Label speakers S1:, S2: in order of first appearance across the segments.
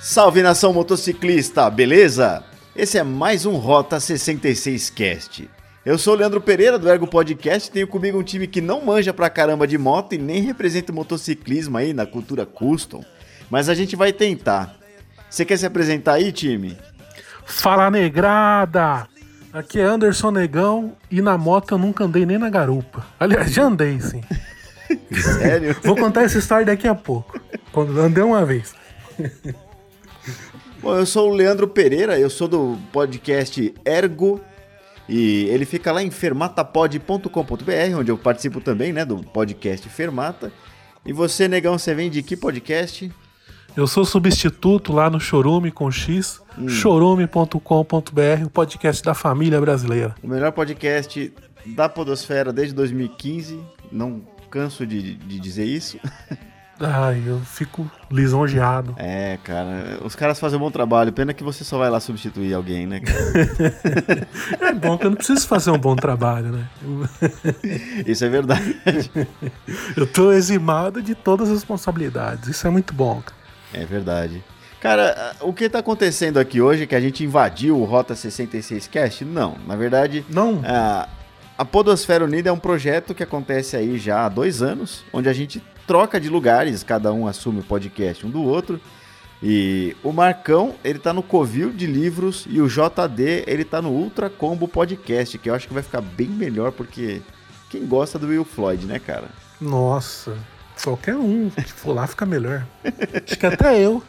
S1: Salve nação motociclista, beleza? Esse é mais um Rota 66 Cast. Eu sou o Leandro Pereira do Ergo Podcast, tenho comigo um time que não manja pra caramba de moto e nem representa o motociclismo aí na cultura custom, mas a gente vai tentar. Você quer se apresentar aí, time?
S2: Fala negrada! Aqui é Anderson Negão e na moto eu nunca andei nem na garupa. Aliás, já andei sim.
S1: Sério?
S2: Vou contar essa história daqui a pouco. Quando andei uma vez.
S1: Bom, eu sou o Leandro Pereira, eu sou do podcast Ergo e ele fica lá em fermatapod.com.br, onde eu participo também, né, do podcast Fermata. E você, negão, você vem de que podcast?
S2: Eu sou substituto lá no Chorume com X, chorume.com.br, o podcast da família brasileira.
S1: O melhor podcast da Podosfera desde 2015, não canso de, de dizer isso.
S2: Ai, eu fico lisonjeado.
S1: É, cara, os caras fazem um bom trabalho, pena que você só vai lá substituir alguém, né, cara?
S2: É bom que eu não preciso fazer um bom trabalho, né?
S1: Isso é verdade.
S2: Eu tô eximado de todas as responsabilidades. Isso é muito bom, cara.
S1: É verdade. Cara, o que tá acontecendo aqui hoje é que a gente invadiu o Rota 66 Cast? Não, na verdade,
S2: Não,
S1: a, a Podosfera Unida é um projeto que acontece aí já há dois anos, onde a gente troca de lugares, cada um assume o podcast um do outro. E o Marcão, ele tá no Covil de Livros e o JD, ele tá no Ultra Combo Podcast, que eu acho que vai ficar bem melhor, porque quem gosta do Will Floyd, né, cara?
S2: nossa. Qualquer um que for lá fica melhor. Acho que até eu.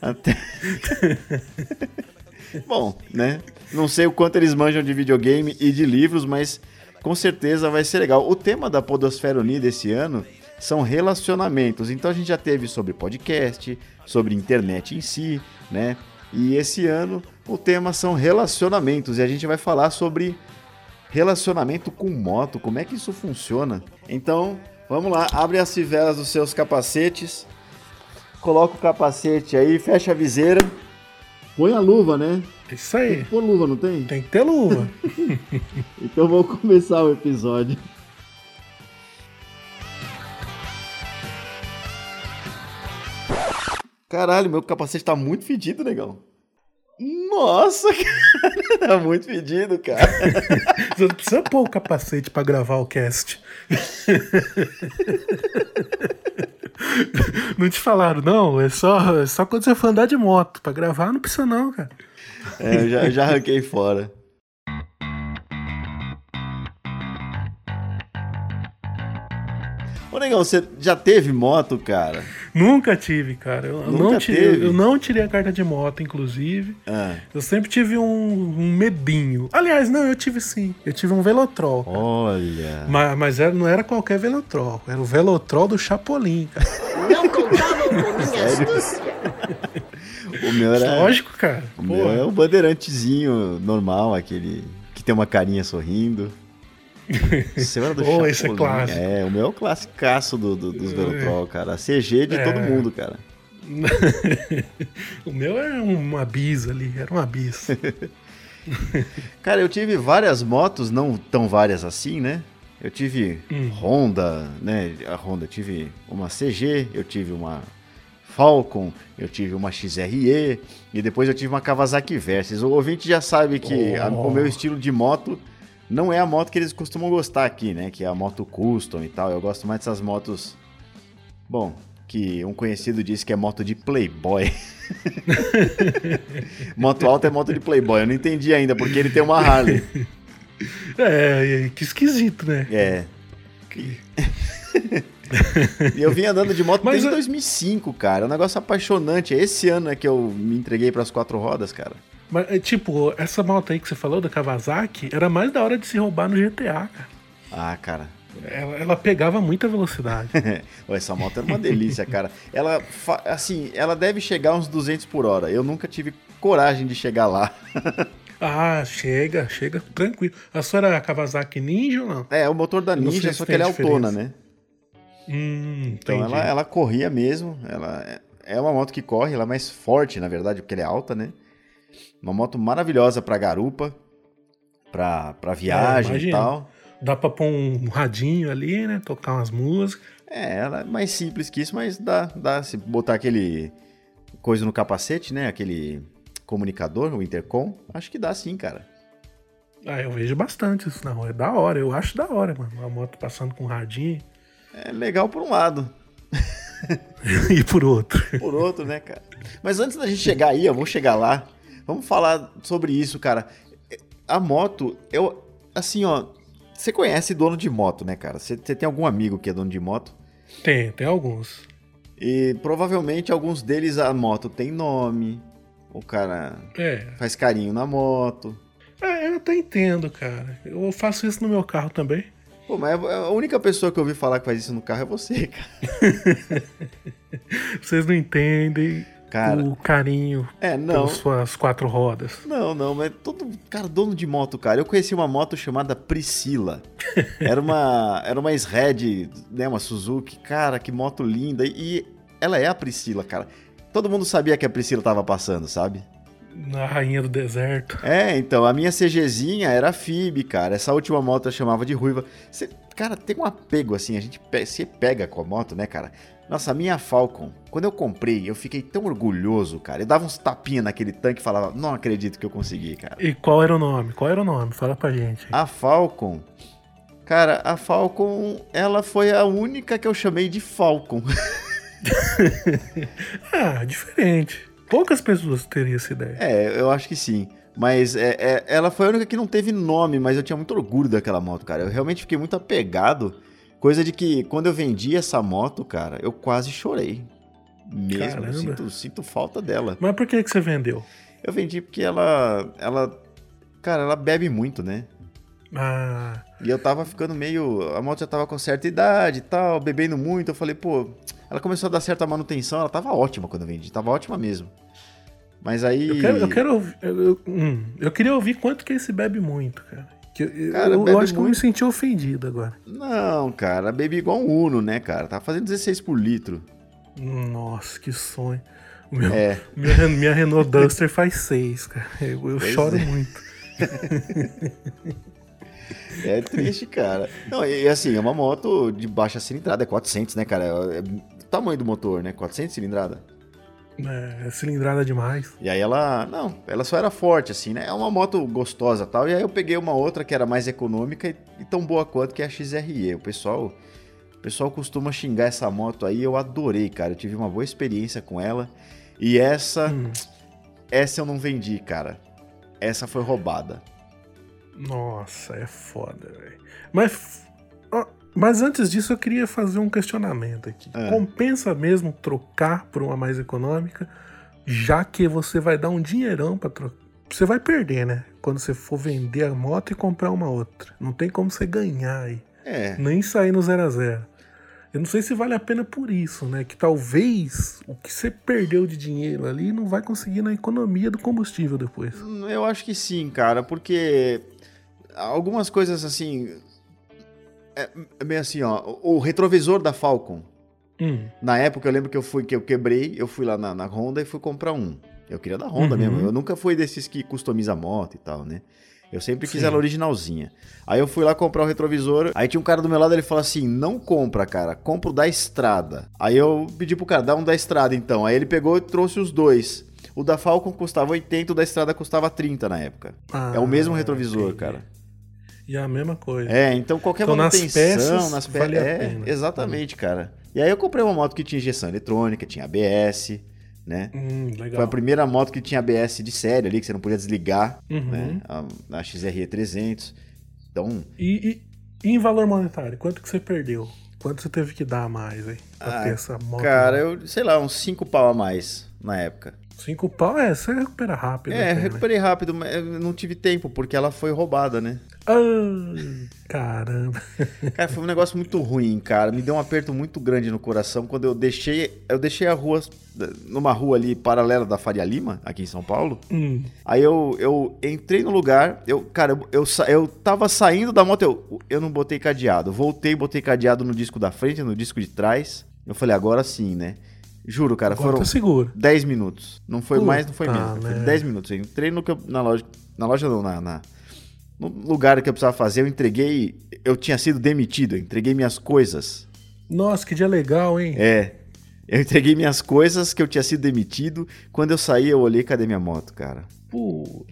S1: Até... Bom, né? Não sei o quanto eles manjam de videogame e de livros, mas com certeza vai ser legal. O tema da Podosfera Unida esse ano são relacionamentos. Então a gente já teve sobre podcast, sobre internet em si, né? E esse ano o tema são relacionamentos e a gente vai falar sobre relacionamento com moto, como é que isso funciona. Então, vamos lá, abre as fivelas dos seus capacetes. Coloca o capacete aí, fecha a viseira. Põe a luva, né?
S2: É Isso aí.
S1: Põe luva, não tem?
S2: Tem que ter luva.
S1: Então vamos começar o episódio. Caralho, meu capacete tá muito fedido, negão. Nossa, cara, tá muito fedido, cara.
S2: Você não precisa pôr o capacete pra gravar o cast. Não te falaram, não. É só, é só quando você for andar de moto. Pra gravar não precisa, não, cara.
S1: É, eu já, eu já arranquei fora. Ô, negão, você já teve moto, cara?
S2: Nunca tive, cara. Eu, eu
S1: Nunca
S2: não tirei,
S1: teve?
S2: eu não tirei a carta de moto, inclusive.
S1: Ah,
S2: Eu sempre tive um, um medinho. Aliás, não, eu tive sim. Eu tive um velotrol. cara.
S1: olha.
S2: Mas, mas era- não era qualquer velotrol. Era o velotrol do Chapolin, cara.
S3: Não contavam com minha
S1: Sério?
S3: astúcia.
S1: O meu era.
S2: Lógico, cara.
S1: O
S2: Pô,
S1: meu é o bandeirantezinho normal, aquele que tem uma carinha sorrindo. O seu era do
S2: Oh, esse é
S1: Chapolin.
S2: clássico.
S1: É, o meu é o classicaço do, do- dos Velotrol, cara. A CG de
S2: É.
S1: todo mundo, cara.
S2: o meu era uma bis ali. Era um uma bis.
S1: Cara, eu tive várias motos, não tão várias assim, né? Eu tive
S2: Hum.
S1: Honda, né? A Honda, eu tive uma CG, eu tive uma Falcon, eu tive uma XRE e depois eu tive uma Kawasaki Versys. O ouvinte já sabe que a-
S2: Oh.
S1: o meu estilo de moto não é a moto que eles costumam gostar aqui, né? Que é a moto custom e tal. Eu gosto mais dessas motos. Bom, que um conhecido disse que é moto de playboy. moto alta é moto de playboy. Eu não entendi ainda porque ele tem uma Harley.
S2: É, é, que esquisito, né?
S1: É. E eu vim andando de moto
S2: Mas
S1: desde
S2: eu-
S1: 2005, cara. É um negócio apaixonante. Esse ano é que eu me entreguei pras quatro rodas, cara.
S2: Mas, é, tipo, essa moto aí que você falou, da Kawasaki, era mais da hora de se roubar no GTA, cara.
S1: Ah, cara.
S2: Ela, ela pegava muita velocidade.
S1: Ô, Essa moto era uma delícia, cara. Ela, fa- assim, ela deve chegar a uns 200 por hora. Eu nunca tive coragem de chegar lá.
S2: ah, chega, chega, tranquilo. A sua era a Kawasaki Ninja ou não?
S1: É, o motor da
S2: não sei
S1: Ninja,
S2: se
S1: só que
S2: tem
S1: ela é
S2: diferença.
S1: autona, né?
S2: Hum,
S1: Então
S2: entendi.
S1: ela, ela corria mesmo. Ela é- é uma moto que corre, ela é mais forte, na verdade, porque ela é alta, né? Uma moto maravilhosa pra garupa, pra, pra viagem e
S2: É, imagino.
S1: tal.
S2: Dá pra pôr um radinho ali, né? Tocar umas músicas.
S1: É, ela é mais simples que isso, mas dá, dá se botar aquele coisa no capacete, né? Aquele comunicador, o intercom, acho que dá sim, cara.
S2: Ah, eu vejo bastante isso na rua. É da hora, eu acho da hora, mano. Uma moto passando com um radinho
S1: É legal por um lado,
S2: e por outro.
S1: por outro, né, cara? Mas antes da gente chegar aí, ó, vamos chegar lá. Vamos falar sobre isso, cara. A moto, eu. Assim, ó. Você conhece dono de moto, né, cara? Você você tem algum amigo que é dono de moto?
S2: Tem, tem alguns.
S1: E provavelmente alguns deles a moto tem nome. O cara
S2: É.
S1: faz carinho na moto.
S2: É, eu até entendo, cara. Eu faço isso no meu carro também.
S1: Pô, mas é a única pessoa que eu ouvi falar que faz isso no carro é você, cara.
S2: Vocês não entendem
S1: Cara,
S2: o carinho
S1: é, não.
S2: pelas suas quatro rodas.
S1: Não, não, mas todo cara dono de moto, cara. Eu conheci uma moto chamada Priscila. Era uma era uma S-Red, né, uma Suzuki. Cara, que moto linda. E ela é a Priscila, cara. Todo mundo sabia que a Priscila tava passando, sabe?
S2: Na rainha do deserto.
S1: É, então, a minha CGzinha era a FIB, cara. Essa última moto eu chamava de Ruiva. Cê- cara, tem um apego assim, a gente se pega com a moto, né, cara? Nossa, a minha Falcon, quando eu comprei, eu fiquei tão orgulhoso, cara. Eu dava uns tapinha naquele tanque e falava, não acredito que eu consegui, cara.
S2: E qual era o nome? Qual era o nome? Fala pra gente.
S1: A Falcon. Cara, a Falcon, ela foi a única que eu chamei de Falcon.
S2: Ah, diferente. Poucas pessoas teriam essa ideia.
S1: É, eu acho que sim. Mas é, é, ela foi a única que não teve nome, mas eu tinha muito orgulho daquela moto, cara. Eu realmente fiquei muito apegado. Coisa de que quando eu vendi essa moto, cara, eu quase chorei. Mesmo, eu
S2: Caramba.
S1: sinto, sinto falta dela.
S2: Mas por que, que você vendeu?
S1: Eu vendi porque ela. Ela. Cara, ela bebe muito, né?
S2: Ah,
S1: E eu tava ficando meio. A moto já tava com certa idade e tal, bebendo muito. Eu falei, pô, ela começou a dar certa manutenção, ela tava ótima quando eu vendi, tava ótima mesmo. Mas aí.
S2: eu quero, eu quero ouvir. Eu, eu- hum, eu queria ouvir quanto que esse bebe muito, cara. Que eu,
S1: Cara,
S2: eu- eu
S1: bebe
S2: acho que eu me
S1: muito.
S2: senti ofendido agora.
S1: Não, cara, bebi igual um Uno, né, cara? Tava fazendo 16 por litro.
S2: Nossa, que sonho. O meu,
S1: É.
S2: minha, Ren- minha Renault Duster faz seis, cara. Eu, eu
S1: Pois
S2: choro
S1: é.
S2: muito.
S1: É triste, cara. Não, e e assim, é uma moto de baixa cilindrada, é 400, né, cara? É o tamanho do motor, né? 400 cilindrada.
S2: É, é cilindrada demais.
S1: E aí ela, não, ela só era forte, assim, né? É uma moto gostosa e tal. E aí eu peguei uma outra que era mais econômica e, e tão boa quanto que é a XRE. O pessoal, o pessoal costuma xingar essa moto aí, eu adorei, cara. Eu tive uma boa experiência com ela. E essa,
S2: Hum,
S1: essa eu não vendi, cara. Essa foi roubada.
S2: nossa, é foda, velho. Mas, f- ó, mas antes disso, eu queria fazer um questionamento aqui.
S1: Ah.
S2: Compensa mesmo trocar por uma mais econômica, já que você vai dar um dinheirão pra trocar. Você vai perder, né? Quando você for vender a moto e comprar uma outra. Não tem como você ganhar aí.
S1: É,
S2: nem sair no 0 a 0 Eu não sei se vale a pena por isso, né? Que talvez o que você perdeu de dinheiro ali não vai conseguir na economia do combustível depois.
S1: hum, eu acho que sim, cara, porque algumas coisas assim. É é meio assim, ó. O o retrovisor da Falcon.
S2: Hum,
S1: Na época eu lembro que eu fui que eu quebrei, eu fui lá na, na Honda e fui comprar um. Eu queria da Honda
S2: Uhum.
S1: mesmo. Eu nunca fui desses que customiza a moto e tal, né? Eu sempre quis
S2: Sim.
S1: ela originalzinha. Aí eu fui lá comprar o retrovisor. Aí tinha um cara do meu lado, ele falou assim: não compra, cara, compra o da estrada. Aí eu pedi pro cara, dá um da estrada então. Aí ele pegou e trouxe os dois. O da Falcon custava 80, o da estrada custava 30 na época.
S2: ah,
S1: é o mesmo retrovisor,
S2: entendi.
S1: cara.
S2: E é a mesma coisa.
S1: É, então qualquer
S2: Então, nas
S1: manutenção, nas peças,
S2: peças, vale a
S1: é,
S2: pena.
S1: exatamente, cara. E aí eu comprei uma moto que tinha injeção eletrônica, tinha ABS, né?
S2: Hum,
S1: Foi a
S2: legal.
S1: primeira moto que tinha ABS de série ali, que você não podia desligar,
S2: Uhum.
S1: né? A, a XRE 300. Então,
S2: E, e- e em valor monetário, quanto que você perdeu? Quanto você teve que dar a mais aí? Pra
S1: Ah,
S2: ter essa moto?
S1: cara, eu, sei lá, uns 5 pau a mais na época.
S2: Cinco pau, é, você recupera rápido.
S1: É,
S2: até, né?
S1: recuperei rápido, mas eu não tive tempo, porque ela foi roubada, né?
S2: Ah, caramba.
S1: Cara, foi um negócio muito ruim, cara. Me deu um aperto muito grande no coração quando eu deixei, eu deixei a rua numa rua ali paralela da Faria Lima, aqui em São Paulo.
S2: Hum.
S1: Aí eu, eu entrei no lugar, eu, cara, eu, eu, sa- eu tava saindo da moto, eu, eu não botei cadeado. Voltei, botei cadeado no disco da frente, no disco de trás. Eu falei, agora sim, né? Juro, cara,
S2: Agora
S1: foram
S2: tá seguro.
S1: 10 minutos. Não foi
S2: Puta
S1: mais, não foi menos. Foi
S2: merda.
S1: 10 minutos. Eu entrei no que eu- na loja. Na loja não, na, na- no lugar que eu precisava fazer, eu entreguei. Eu tinha sido demitido, eu entreguei minhas coisas.
S2: Nossa, que dia legal, hein?
S1: É. Eu entreguei minhas coisas que eu tinha sido demitido. Quando eu saí, eu olhei, cadê minha moto, cara?
S2: Pô,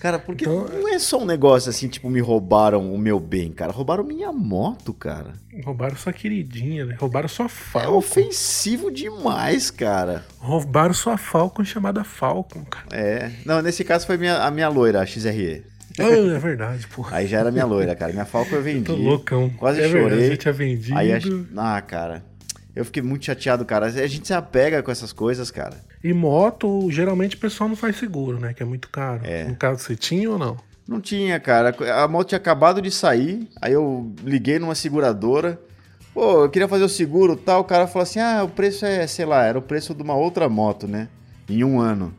S1: Cara, porque
S2: Então-
S1: não é só um negócio assim, tipo, me roubaram o meu bem, cara. Roubaram minha moto, cara.
S2: roubaram sua queridinha, né? Roubaram sua
S1: É
S2: Falcon.
S1: ofensivo demais, cara.
S2: Roubaram sua Falcon chamada Falcon, cara.
S1: É. Não, nesse caso foi minha, a minha loira, a XRE.
S2: Ah, é verdade, pô.
S1: Aí já era minha loira, cara. Minha falco eu vendi.
S2: Tô loucão.
S1: Quase
S2: é Verdade,
S1: chorei.
S2: já tinha vendido.
S1: Aí a... Ah, cara. Eu fiquei muito chateado, cara. A gente se apega com essas coisas, cara.
S2: E moto, geralmente o pessoal não faz seguro, né? Que é muito caro. No caso, você tinha ou não?
S1: Não tinha, cara. A moto tinha acabado de sair. Aí eu liguei numa seguradora. Pô, eu queria fazer o seguro e tal. O cara falou assim: ah, o preço é, sei lá, era o preço de uma outra moto, né? Em um ano.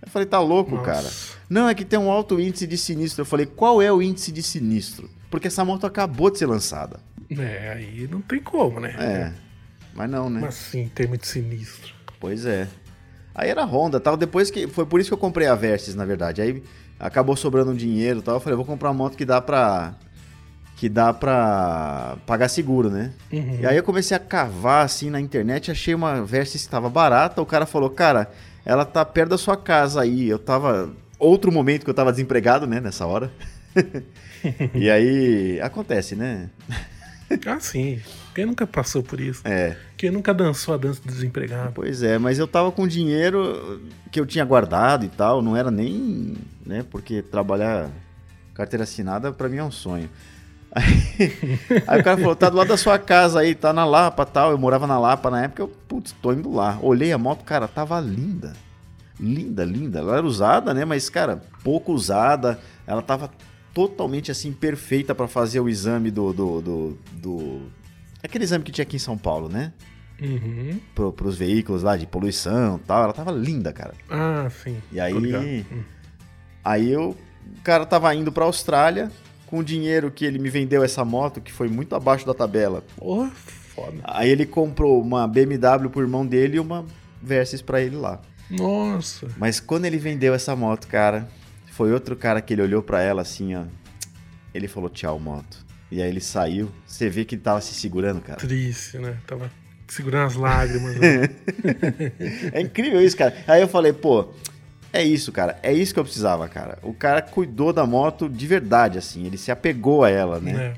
S1: Eu falei: tá louco,
S2: Nossa.
S1: cara. Não, é que tem um alto índice de sinistro. Eu falei: qual é o índice de sinistro? Porque essa moto acabou de ser lançada.
S2: É, aí não tem como, né? assim,
S1: É. Mas não, né?
S2: Mas sim, tem muito sinistro.
S1: Pois é. Aí era Honda, tal. Depois que foi por isso que eu comprei a Versys, na verdade. Aí acabou sobrando um dinheiro, tal. Eu falei, eu vou comprar uma moto que dá pra que dá pra pagar seguro, né?
S2: Uhum.
S1: E aí eu comecei a cavar assim na internet, achei uma Versys que estava barata. O cara falou, cara, ela tá perto da sua casa aí. Eu tava outro momento que eu tava desempregado, né? Nessa hora. e aí acontece, né?
S2: Ah, sim. Quem nunca passou por isso?
S1: É.
S2: Quem nunca dançou a dança do desempregado?
S1: Pois é, mas eu tava com dinheiro que eu tinha guardado e tal, não era nem, né, porque trabalhar carteira assinada pra mim é um sonho. Aí, aí o cara falou, tá do lado da sua casa aí, tá na Lapa tal, eu morava na Lapa na época, eu, putz, tô indo lá. Olhei a moto, cara, tava linda, linda, linda, ela era usada, né, mas, cara, pouco usada, ela tava totalmente, assim, perfeita pra fazer o exame do, do, do, do... aquele exame que tinha aqui em São Paulo, né?
S2: Uhum.
S1: pro, pros veículos lá de poluição e tal. Ela tava linda, cara.
S2: Ah, sim.
S1: E aí-
S2: Tô ligado. Hum.
S1: Aí eu, o cara tava indo pra Austrália com o dinheiro que ele me vendeu essa moto, que foi muito abaixo da tabela.
S2: Porra, foda.
S1: Aí ele comprou uma BMW pro irmão dele e uma Versys pra ele lá.
S2: Nossa.
S1: Mas quando ele vendeu essa moto, cara, foi outro cara que ele olhou pra ela assim, ó. Ele falou tchau, moto. E aí ele saiu. Você vê que ele tava se segurando, cara.
S2: Triste, né? Tava segurando as lágrimas. né?
S1: É incrível isso, cara. Aí eu falei, pô, é isso, cara. É isso que eu precisava, cara. O cara cuidou da moto de verdade, assim. Ele se apegou a ela, né?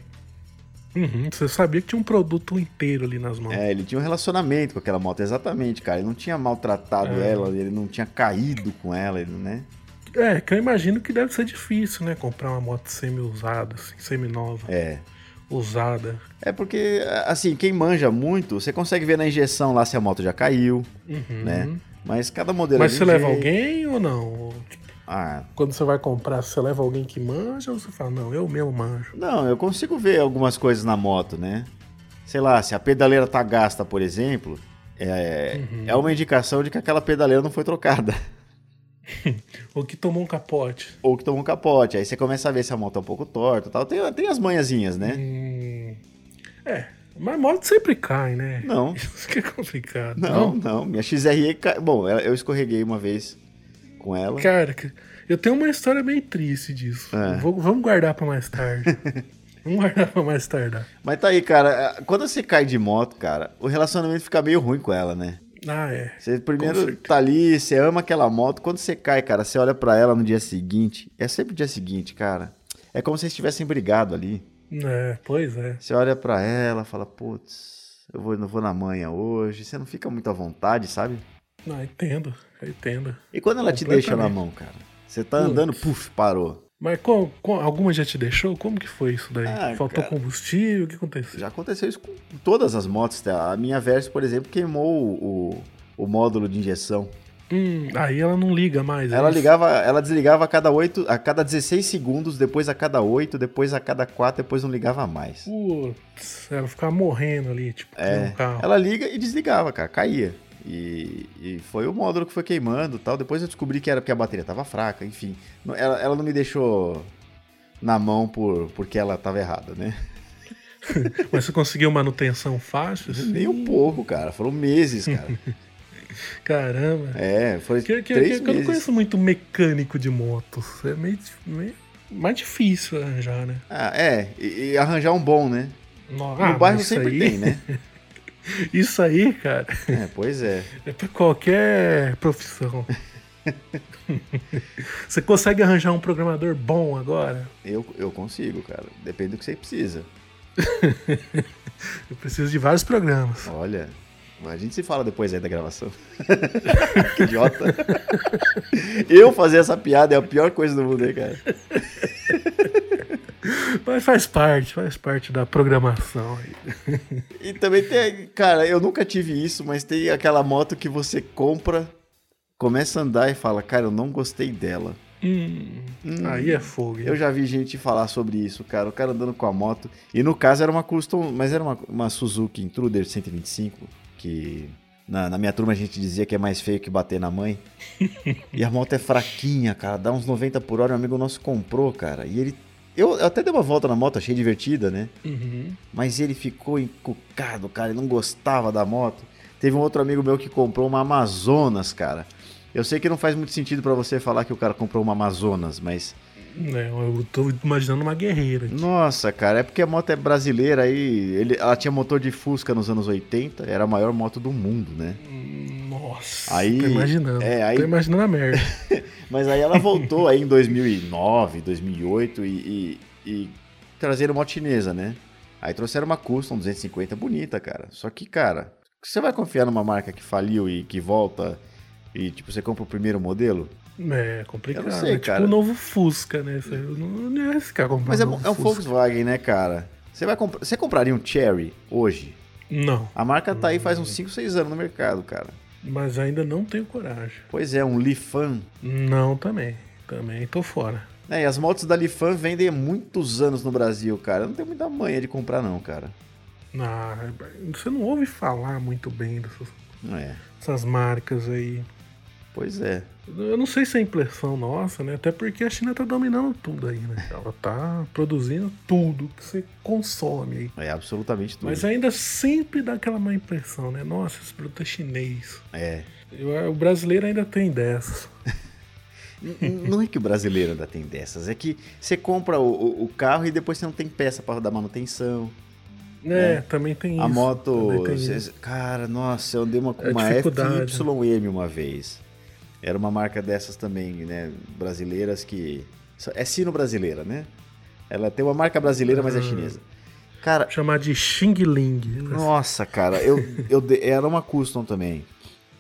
S2: É. Uhum, Você sabia que tinha um produto inteiro ali nas mãos.
S1: É, ele tinha um relacionamento com aquela moto, exatamente, cara. Ele não tinha maltratado
S2: É.
S1: ela, ele não tinha caído com ela, ele, né?
S2: É, que eu imagino que deve ser difícil, né? Comprar uma moto semi-usada, assim, semi-nova,
S1: É.
S2: usada.
S1: É porque, assim, quem manja muito, você consegue ver na injeção lá se a moto já caiu,
S2: Uhum.
S1: né? Mas cada modelo. é
S2: Mas
S1: de
S2: você
S1: um
S2: leva
S1: jeito.
S2: alguém ou não? Ou, tipo,
S1: Ah,
S2: Quando você vai comprar, você leva alguém que manja ou você fala, não, eu mesmo manjo?
S1: Não, eu consigo ver algumas coisas na moto, né? Sei lá, se a pedaleira tá gasta, por exemplo, é, é uma indicação de que aquela pedaleira não foi trocada.
S2: Ou que tomou um capote?
S1: Ou que tomou um capote. Aí você começa a ver se a moto é um pouco torta e tal. Tem, tem as manhãzinhas, né?
S2: Hum, É, mas moto sempre cai, né?
S1: Não.
S2: Isso que é complicado.
S1: Não, não. Minha XRE. ca- Bom, ela- eu escorreguei uma vez com ela.
S2: Cara, que- eu tenho uma história meio triste disso.
S1: É.
S2: Vou- vamos guardar pra mais tarde. vamos guardar pra mais tarde.
S1: Mas tá aí, cara. Quando você cai de moto, cara, o relacionamento fica meio ruim com ela, né?
S2: Ah, é.
S1: Você
S2: Com
S1: primeiro
S2: certeza.
S1: tá ali, você ama aquela moto. Quando você cai, cara, você olha pra ela no dia seguinte. É sempre o dia seguinte, cara. É como se vocês tivessem brigado ali.
S2: É, pois é.
S1: Você olha pra ela, fala, putz, eu vou, não vou na manhã hoje. Você não fica muito à vontade, sabe?
S2: Não, entendo, eu entendo.
S1: E quando ela te deixa na mão, cara? Você tá
S2: Putz.
S1: andando, puf, parou.
S2: Mas qual, qual- alguma já te deixou? Como que foi isso daí?
S1: Ah,
S2: Faltou
S1: cara.
S2: combustível? O que aconteceu?
S1: Já aconteceu isso com todas as motos. tá? A minha Versa, por exemplo, queimou o, o- o módulo de injeção.
S2: Hum, aí ela não liga mais. é
S1: Ela
S2: isso?
S1: ligava, ela desligava a cada 8, a cada 16 segundos, depois a cada 8, depois a cada 4, depois não ligava mais.
S2: Putz, ela ficava morrendo ali, tipo,
S1: É,
S2: no carro.
S1: ela liga e desligava, cara, caía. E, e foi o módulo que foi queimando e tal. Depois eu descobri que era porque a bateria tava fraca, enfim. Não- Ela, ela não me deixou na mão por, porque ela tava errada, né?
S2: Mas você conseguiu manutenção fácil? assim?
S1: Nem um pouco, cara. Foram meses, cara.
S2: Caramba.
S1: É, foi
S2: Que, que,
S1: três
S2: que- que eu não
S1: meses.
S2: conheço muito mecânico de motos. É meio, dif- meio- mais difícil arranjar, né?
S1: Ah, é, e, e arranjar um bom, né?
S2: No, Ah,
S1: no bairro sempre
S2: aí,
S1: tem, né?
S2: Isso aí, cara,
S1: É, pois é.
S2: é pra qualquer profissão. você consegue arranjar um programador bom agora?
S1: Eu, eu consigo, cara. Depende do que você precisa.
S2: Eu preciso de vários programas.
S1: Olha, a gente se fala depois aí da gravação. que idiota. Eu fazer essa piada é a pior coisa do mundo, hein, cara?
S2: Mas faz parte, faz parte da programação. aí.
S1: E também tem, cara, eu nunca tive isso, mas tem aquela moto que você compra, começa a andar e fala, cara, eu não gostei dela.
S2: Hum,
S1: Hum.
S2: aí é fogo. hein?
S1: Eu já vi gente falar sobre isso, cara. O cara andando com a moto. E no caso era uma custom, mas era uma, uma Suzuki Intruder 125, que na, na minha turma a gente dizia que é mais feio que bater na mãe. e a moto é fraquinha, cara. Dá uns 90 por hora. Um amigo nosso comprou, cara. E ele. Eu eu até dei uma volta na moto, achei divertida, né?
S2: Uhum.
S1: Mas ele ficou encucado, cara. Ele não gostava da moto. Teve um outro amigo meu que comprou uma Amazonas, cara. Eu sei que não faz muito sentido pra você falar que o cara comprou uma Amazonas, mas
S2: Não, É, eu tô imaginando uma guerreira. aqui.
S1: nossa, cara, é porque a moto é brasileira aí. Ele, ela tinha motor de Fusca nos anos 80, era a maior moto do mundo, né?
S2: Nossa,
S1: Aí-
S2: tô imaginando.
S1: é, aí-
S2: Tô imaginando a merda.
S1: Mas aí ela voltou aí em 2009, 2008 e, e, e trazeram moto chinesa, né? Aí trouxeram uma custom 250 bonita, cara. Só que, cara, você vai confiar numa marca que faliu e que volta e, tipo, você compra o primeiro modelo?
S2: É complicado.
S1: Eu não sei,
S2: é tipo
S1: cara.
S2: o novo Fusca, né? Isso aí Eu não, eu não ia ficar comprando.
S1: Mas é,
S2: um
S1: um- é um
S2: Fusca.
S1: Volkswagen, né, cara? Você, vai comprar, você compraria um Cherry hoje?
S2: Não,
S1: A marca tá aí faz uns 5, 6 anos no mercado, cara.
S2: mas ainda não tenho coragem.
S1: Pois é, um Lifan
S2: Não, também. Também tô fora.
S1: É, e as motos da Lifan vendem há muitos anos no Brasil, cara. Eu não tenho muita manha de comprar, não, cara.
S2: Ah, você não ouve falar muito bem dessas,
S1: Não é.
S2: dessas marcas aí.
S1: Pois é.
S2: Eu não sei se é impressão nossa, né? Até porque a China tá dominando tudo aí, né? Ela tá produzindo tudo que você consome aí.
S1: É absolutamente tudo.
S2: Mas ainda sempre dá aquela má impressão, né? Nossa, esse produto é chinês.
S1: É.
S2: Eu- o brasileiro ainda tem dessas.
S1: N- não é que o brasileiro ainda tem dessas. É que você compra o, o- o carro e depois você não tem peça pra dar manutenção.
S2: É, também tem isso.
S1: a moto.
S2: também tem
S1: você-
S2: isso.
S1: cara, nossa, eu andei uma com
S2: É
S1: uma
S2: dificuldade.
S1: FYM uma vez. Era uma marca dessas também, né? Brasileiras que. É sino brasileira, né? Ela tem uma marca brasileira, mas é
S2: Ah.
S1: chinesa. Cara,
S2: chamar de Xing Ling.
S1: Nossa, cara, eu, eu de- era uma custom também.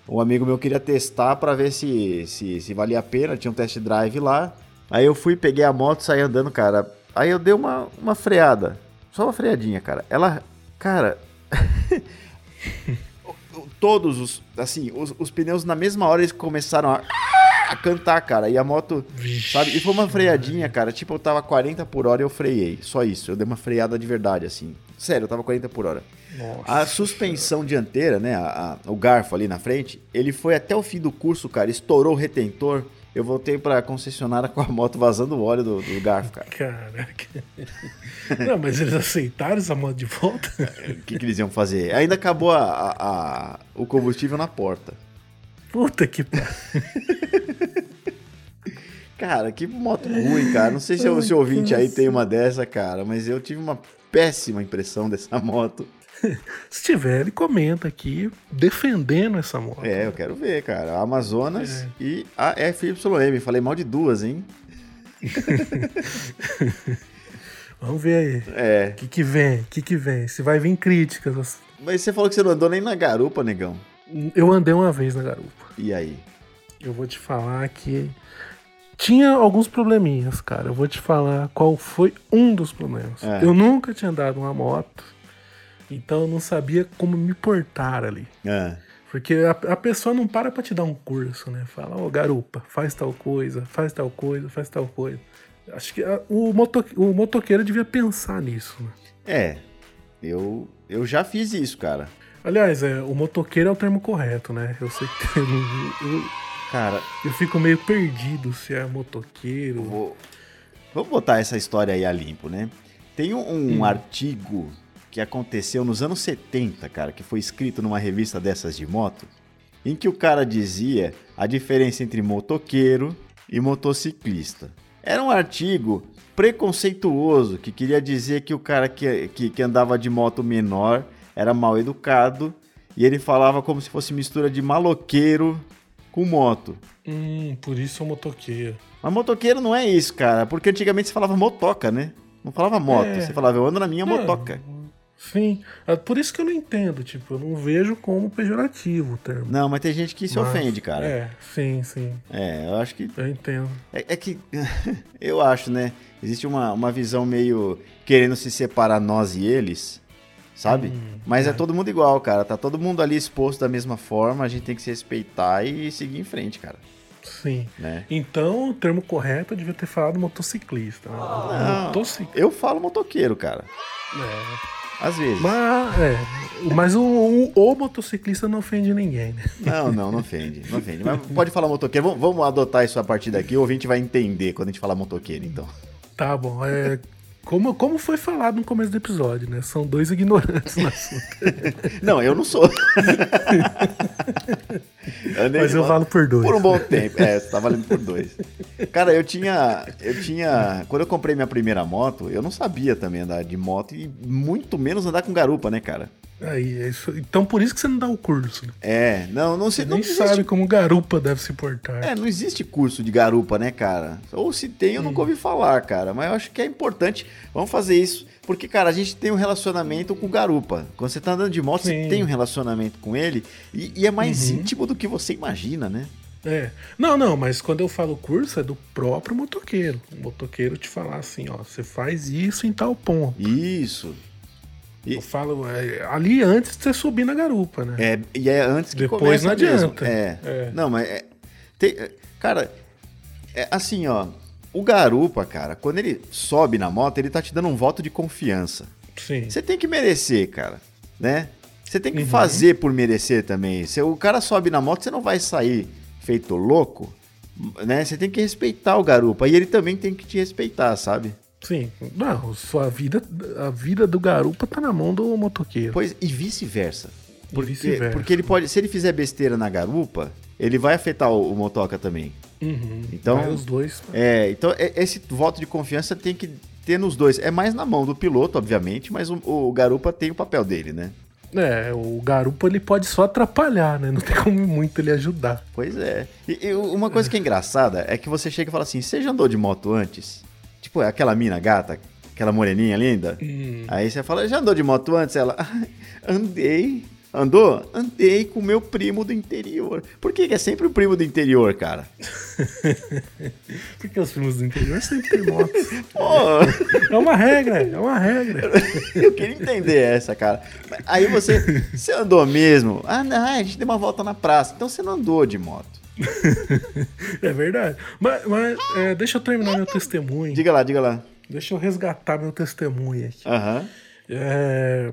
S1: Um amigo meu queria testar pra ver se, se, se valia a pena, tinha um test drive lá. Aí eu fui, peguei a moto, saí andando, cara. Aí eu dei uma, uma freada. Só uma freadinha, cara. Ela. Cara. o- o- Todos os. Assim, os, os pneus na mesma hora eles começaram a, a cantar, cara. E a moto.
S2: Vixe,
S1: Sabe? E foi uma freadinha, cara. Tipo, eu tava 40 por hora e eu freiei. Só isso. Eu dei uma freada de verdade, assim. Sério, eu tava 40 por hora.
S2: Nossa.
S1: A suspensão dianteira, né? a- a- o garfo ali na frente, ele foi até o fim do curso, cara. Estourou o retentor. Eu voltei pra concessionária com a moto vazando o óleo do, do garfo, cara.
S2: Caraca. Não, mas eles aceitaram essa moto de volta?
S1: O que, que eles iam fazer? Ainda acabou a- a- a- o combustível na porta.
S2: Puta que pariu.
S1: Cara, que moto ruim, cara. Não sei se o seu ouvinte aí tem uma dessa, cara, mas eu tive uma péssima impressão dessa moto.
S2: Se tiver, ele comenta aqui defendendo essa moto.
S1: É, eu quero ver, cara. A Amazonas e a FYM. Falei mal de duas, hein?
S2: Vamos ver aí.
S1: É.
S2: O que, que vem? O que, que vem? Se vai vir críticas. as-
S1: Mas você falou que você não andou nem na garupa, negão.
S2: Eu andei uma vez na garupa.
S1: E aí?
S2: Eu vou te falar que tinha alguns probleminhas, cara. Eu vou te falar qual foi um dos problemas.
S1: É.
S2: Eu nunca tinha andado uma moto, então eu não sabia como me portar ali.
S1: Ah,
S2: Porque a, a pessoa não para pra te dar um curso, né? Fala, ô garupa, faz tal coisa, faz tal coisa, faz tal coisa. Acho que ah, o, moto, o motoqueiro devia pensar nisso, né?
S1: É, eu, eu já fiz isso, cara.
S2: Aliás, é, o motoqueiro é o termo correto, né? Eu sei que tem- eu, eu-
S1: Cara,
S2: eu fico meio perdido se é motoqueiro.
S1: Vou- Vamos botar essa história aí a limpo, né? Tem um, um artigo que aconteceu nos anos 70, cara, que foi escrito numa revista dessas de moto, em que o cara dizia a diferença entre motoqueiro e motociclista. Era um artigo preconceituoso que queria dizer que o cara que, que, que andava de moto menor era mal educado e ele falava como se fosse mistura de maloqueiro com moto.
S2: Hum, por isso é o motoqueiro.
S1: Mas motoqueiro não é isso, cara. Porque antigamente você falava motoca, né? Não falava moto.
S2: É.
S1: Você falava, eu ando na minha
S2: Não,
S1: motoca.
S2: Sim, é por isso que eu não entendo, tipo, eu não vejo como pejorativo o termo.
S1: Não, mas tem gente que se
S2: Mas-
S1: ofende, cara.
S2: É, sim, sim,
S1: É. eu acho que.
S2: eu entendo.
S1: É, é que. eu acho, né? Existe uma, uma visão meio querendo se separar nós e eles, sabe?
S2: Hum,
S1: mas é. todo mundo igual, cara. Tá todo mundo ali exposto da mesma forma. A gente tem que se respeitar e seguir em frente, cara.
S2: Sim.
S1: Né?
S2: Então, o termo correto eu devia ter falado motociclista. né?
S1: Ah.
S2: Motociclista.
S1: Eu falo motoqueiro, cara.
S2: É.
S1: Às vezes.
S2: Mas, é, mas o, o- o motociclista não ofende ninguém, né?
S1: Não, não, não ofende, não ofende. Mas pode falar motoqueiro. Vamos, vamos adotar isso a partir daqui, o ouvinte vai entender quando a gente falar motoqueiro, então.
S2: Tá bom, é. Como, como foi falado no começo do episódio, né? São dois ignorantes no assunto.
S1: Não, eu não sou. andei
S2: Mas
S1: de
S2: eu
S1: moto
S2: falo por dois.
S1: Por um bom tempo. É, você tá valendo por dois. Cara, eu tinha. Eu tinha. Quando eu comprei minha primeira moto, eu não sabia também andar de moto e muito menos andar com garupa, né, cara?
S2: Aí, é isso. Então por isso que você não dá o curso. Né?
S1: É, não, não sei.
S2: Você
S1: Não
S2: nem
S1: existe
S2: sabe como garupa deve se portar.
S1: É, não existe curso de garupa, né, cara? Ou se tem, eu nunca ouvi
S2: Hum.
S1: falar, cara. Mas eu acho que é importante. Vamos fazer isso. Porque, cara, a gente tem um relacionamento com garupa. Quando você tá andando de moto, você
S2: Sim.
S1: tem um relacionamento com ele. E, e é mais
S2: Uhum.
S1: íntimo do que você imagina, né?
S2: É. Não, não, mas quando eu falo curso é do próprio motoqueiro. O motoqueiro te falar assim, ó, você faz isso em tal ponto.
S1: Isso. E-
S2: Eu falo é, ali antes de você subir na garupa, né?
S1: É, e é antes que
S2: Depois
S1: começa
S2: não
S1: mesmo.
S2: adianta.
S1: É.
S2: É.
S1: Não, mas. é- tem- é, cara, é assim, ó. O garupa, cara, quando ele sobe na moto, ele tá te dando um voto de confiança.
S2: Sim.
S1: Você tem que merecer, cara, né? Você tem que
S2: Uhum.
S1: fazer por merecer também. Se o cara sobe na moto, você não vai sair feito louco, né? Você tem que respeitar o garupa e ele também tem que te respeitar, sabe?
S2: Sim. Não, sua vida, a vida do garupa tá na mão do motoqueiro.
S1: Pois e vice-versa.
S2: E
S1: Porque,
S2: vice-versa.
S1: porque ele pode, se ele fizer besteira na garupa, ele vai afetar o, o motoca também.
S2: Uhum.
S1: Então-
S2: Vai os dois. né?
S1: É, então é- esse voto de confiança tem que ter nos dois. É mais na mão do piloto, obviamente, mas o- o garupa tem o papel dele, né?
S2: É, o garupa ele pode só atrapalhar, né? Não tem como muito ele ajudar.
S1: Pois é. E, e uma coisa que é engraçada é que você chega e fala assim: você já andou de moto antes? Tipo, aquela mina gata, aquela moreninha linda. Aí você fala: já andou de moto antes? Ela, "Ah, andei. Andou? Andei com o meu primo do interior. Por que, que é sempre o primo do interior, cara?
S2: Porque os filmes do interior sempre tem moto.
S1: Pô,
S2: é uma regra, é uma regra.
S1: eu queria entender essa, cara. Mas Aí você, você andou mesmo? Ah, não, a gente deu uma volta na praça. Então você não andou de moto.
S2: É verdade. Mas, mas, é, deixa eu terminar meu testemunho.
S1: Diga lá, diga lá.
S2: Deixa eu resgatar meu testemunho aqui.
S1: Aham.
S2: É,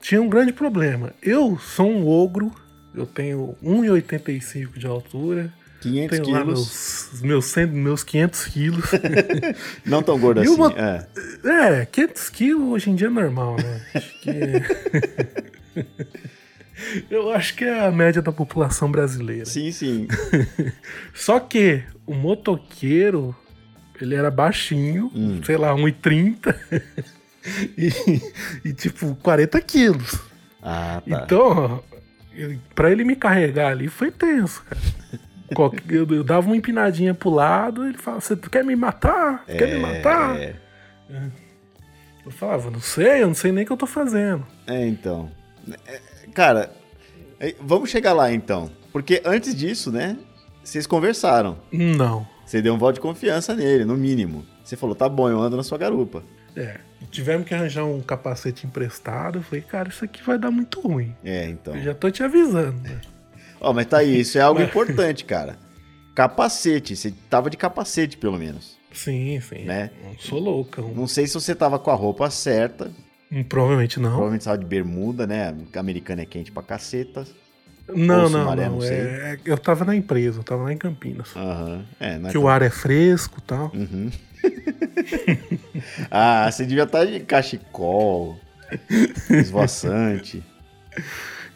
S2: tinha um grande problema. Eu sou um ogro, eu tenho 1,85 de altura,
S1: 500
S2: tenho lá
S1: quilos.
S2: meus, meus, 100, meus 500 quilos.
S1: Não tão gordo
S2: E
S1: assim.
S2: uma-
S1: é.
S2: é, 500 quilos hoje em dia é normal, né? Acho que... eu acho que é a média da população brasileira.
S1: Sim, sim.
S2: Só que o motoqueiro, ele era baixinho, sei lá, 1,30 Hum. e, e tipo 40 quilos.
S1: Ah, tá.
S2: Então, eu, pra ele me carregar ali foi tenso, cara. Qual- Eu, eu dava uma empinadinha pro lado, ele falava, você quer me matar? Quer me matar?
S1: É,
S2: Eu falava, não sei, eu não sei nem o que eu tô fazendo.
S1: é, então. É, Cara, é, vamos chegar lá então. Porque antes disso, né? Vocês conversaram.
S2: Não.
S1: Você deu um voto de confiança nele, no mínimo. Você falou, tá bom, eu ando na sua garupa.
S2: É. Tivemos que arranjar um capacete emprestado. Eu falei, cara, isso aqui vai dar muito ruim.
S1: É, então.
S2: Eu já tô te avisando. né?
S1: Ó, mas tá aí, isso é algo importante, cara. Capacete, você tava de capacete, pelo menos.
S2: Sim, sim.
S1: Né?
S2: Não sou loucão.
S1: Não sei se você tava com a roupa certa,
S2: Provavelmente não.
S1: provavelmente tava de bermuda, né? Americana é quente pra caceta.
S2: Não,
S1: Ou
S2: não,
S1: Sumaré,
S2: não.
S1: não sei.
S2: é- é- eu tava na empresa, eu tava lá em Campinas.
S1: Aham. É, não é
S2: que o ar é fresco e tal.
S1: Uhum. ah, você devia estar de cachecol, esvoaçante.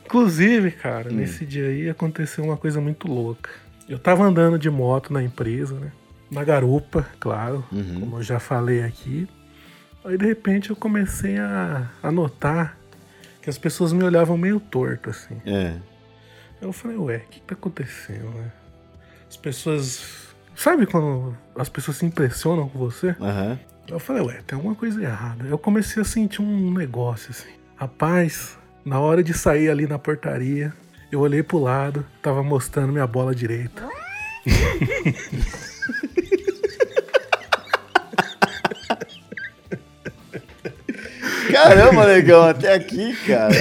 S2: Inclusive, cara,
S1: Hum.
S2: nesse dia aí aconteceu uma coisa muito louca. Eu tava andando de moto na empresa, né? Na garupa, claro,
S1: Uhum.
S2: como eu já falei aqui. Aí de repente eu comecei a, a notar que as pessoas me olhavam meio torto, assim.
S1: É.
S2: Eu falei, ué, o que que tá acontecendo, né? As pessoas. Sabe quando as pessoas se impressionam com você?
S1: Aham.
S2: Eu falei, ué, tem alguma coisa errada. Eu comecei a sentir um negócio assim. Rapaz, na hora de sair ali na portaria, eu olhei pro lado, tava mostrando minha bola direita.
S1: Caramba, negão, até aqui, cara.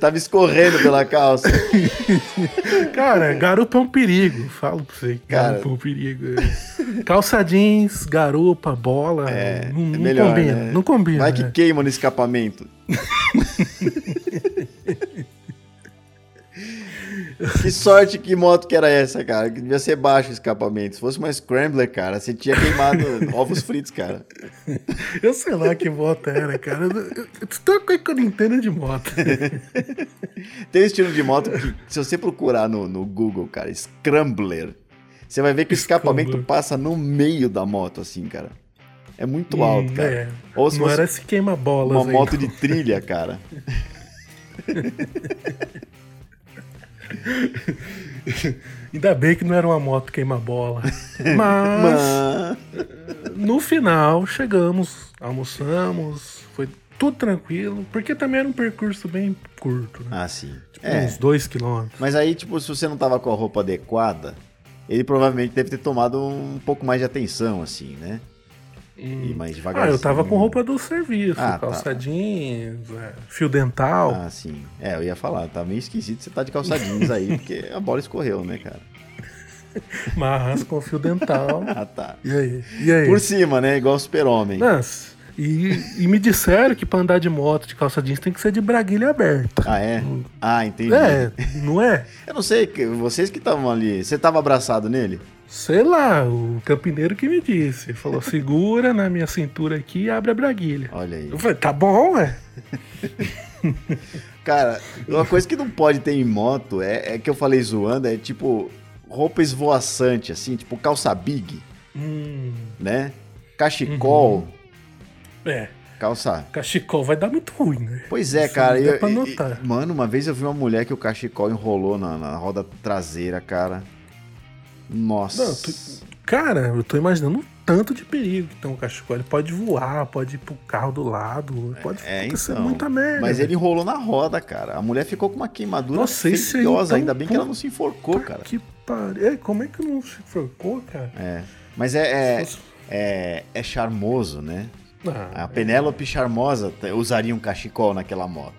S1: Tava escorrendo pela calça.
S2: Cara, garupa é um perigo, falo pra você.
S1: Cara.
S2: Garupa é um perigo. Calça jeans, garupa, bola,
S1: É,
S2: não,
S1: é
S2: não
S1: melhor,
S2: combina,
S1: né?
S2: não combina.
S1: Vai que
S2: né?
S1: queima no escapamento. que sorte que moto que era essa, cara. Que devia ser baixo o escapamento. Se fosse uma Scrambler, cara, você tinha queimado ovos fritos, cara.
S2: Eu sei lá que moto era, cara. Eu, eu, eu, coisa que eu não entendo é de moto.
S1: Tem um estilo de moto que, se você procurar no, no Google, cara, Scrambler, você vai ver que o escapamento
S2: Scrambler.
S1: passa no meio da moto, assim, cara. É muito alto,
S2: Hum,
S1: cara.
S2: é.
S1: Ou se
S2: não
S1: fosse
S2: era esse queima-bolas
S1: uma
S2: aí,
S1: moto
S2: não.
S1: de trilha, cara.
S2: Ainda bem que não era uma moto queima-bola. Mas,
S1: Mas...
S2: no final, chegamos, almoçamos, foi tudo tranquilo, porque também era um percurso bem curto, né?
S1: Ah, sim.
S2: Tipo, uns dois quilômetros.
S1: Mas aí, tipo, se você não tava com a roupa adequada, ele provavelmente deve ter tomado um pouco mais de atenção, assim, né? E mais
S2: Ah,
S1: devagarzinho.
S2: eu tava com roupa do serviço,
S1: Ah, tá.
S2: calça jeans, é, fio dental.
S1: Ah, sim. É, eu ia falar, tá meio esquisito você tá de calça jeans aí, porque a bola escorreu, né, cara?
S2: Mas com fio dental.
S1: Ah, tá.
S2: e aí? E aí?
S1: Por cima, né? Igual super-homem.
S2: Nossa, e, e me disseram que pra andar de moto de calça jeans tem que ser de braguilha aberta.
S1: Ah, é? Ah, entendi.
S2: É, não é?
S1: Eu não sei, que- vocês que estavam ali, você tava abraçado nele?
S2: Sei lá, o campineiro que me disse. Falou, segura na minha cintura aqui e abre a braguilha.
S1: Olha aí.
S2: Eu falei, tá bom, ué.
S1: Cara, uma coisa que não pode ter em moto é, é que eu falei zoando, é tipo roupa esvoaçante, assim, tipo calça big,
S2: Hum,
S1: né? Cachecol.
S2: Uhum. é,
S1: Calça.
S2: cachecol vai dar muito ruim, né?
S1: Pois é,
S2: Isso
S1: cara.
S2: não
S1: Eu,
S2: dá pra
S1: e-
S2: notar.
S1: e- mano, uma vez eu vi uma mulher que o cachecol enrolou na, na roda traseira, cara. Nossa.
S2: Não, tu- Cara, eu tô imaginando um tanto de perigo que tem um cachecol. Ele pode voar, pode ir pro carro do lado, pode
S1: É,
S2: acontecer
S1: então.
S2: muita merda.
S1: Mas ele enrolou na roda, cara. A mulher ficou com uma queimadura
S2: Nossa, isso aí,
S1: feiosa.
S2: então,
S1: Ainda bem que ela não se
S2: Puta
S1: enforcou, cara.
S2: Que pariu. É, Como é que não se enforcou, cara?
S1: É. Mas é, é,
S2: Se fosse-
S1: é, é charmoso, né?
S2: Ah,
S1: A Penélope Charmosa t- usaria um cachecol naquela moto.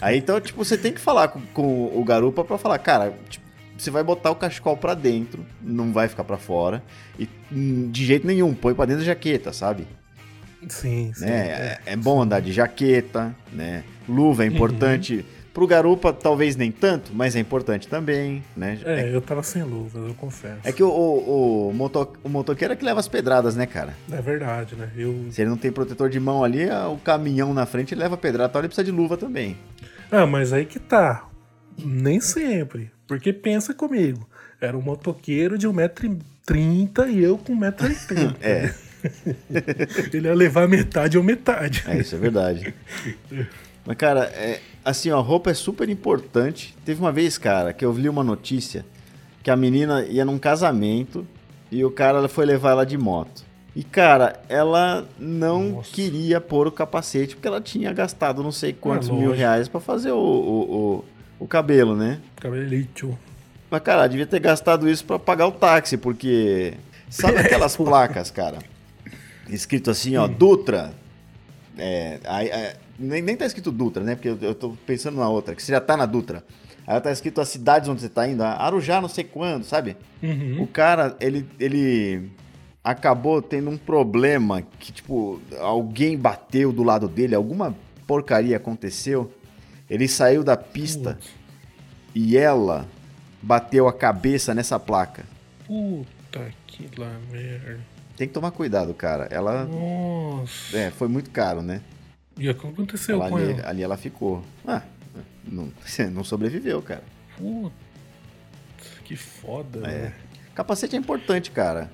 S1: Aí então, tipo, você tem que falar com, com o garupa pra falar, cara, tipo, você vai botar o cachecol pra dentro, não vai ficar pra fora. E hum, de jeito nenhum, põe pra dentro da jaqueta, sabe?
S2: sim, sim.
S1: né? É, é bom andar de jaqueta, né? Luva é importante. Pro garupa, talvez nem tanto, mas é importante também, né? É,
S2: É, eu tava sem luvas, eu confesso.
S1: é que o, o, o, moto- o motoqueiro é que leva as pedradas, né, cara?
S2: É verdade, né? Eu
S1: Se ele não tem protetor de mão ali, ah, o caminhão na frente leva pedrada, então ele precisa de luva também.
S2: Ah, mas aí que tá. Nem sempre. Porque pensa comigo. Era um motoqueiro de 1,30m e eu com 1,80m.
S1: É,
S2: Ele ia levar metade ou metade.
S1: é isso é verdade. Mas, cara, é, assim, ó, roupa é super importante. Teve uma vez, cara, que eu li uma notícia que a menina ia num casamento e o cara foi levar ela de moto. E, cara, ela não
S2: Nossa.
S1: queria pôr o capacete porque ela tinha gastado não sei quantos
S2: Ah,
S1: mil
S2: lógico.
S1: reais pra fazer o, o, o, o cabelo, né?
S2: Cabelito.
S1: Mas, cara, devia ter gastado isso pra pagar o táxi, porque. Sabe aquelas placas, cara? Escrito assim, ó, Dutra. é, aí- aí- nem, nem tá escrito Dutra, né? Porque eu, eu tô pensando na outra, que você já tá na Dutra. Aí tá escrito as cidades onde você tá indo, ah, Arujá não sei quando, sabe?
S2: Uhum.
S1: O cara, ele, ele acabou tendo um problema que, tipo, alguém bateu do lado dele, alguma porcaria aconteceu. Ele saiu da pista e ela bateu a cabeça nessa placa.
S2: Puta que lá merda.
S1: Tem que tomar cuidado, cara. Ela
S2: Nossa.
S1: é, foi muito caro, né?
S2: E o que aconteceu
S1: Ela
S2: com
S1: ali,
S2: ela?
S1: ali ela ficou. Ah, não, não sobreviveu, cara.
S2: Puta, que foda,
S1: É.
S2: velho.
S1: Capacete é importante, cara.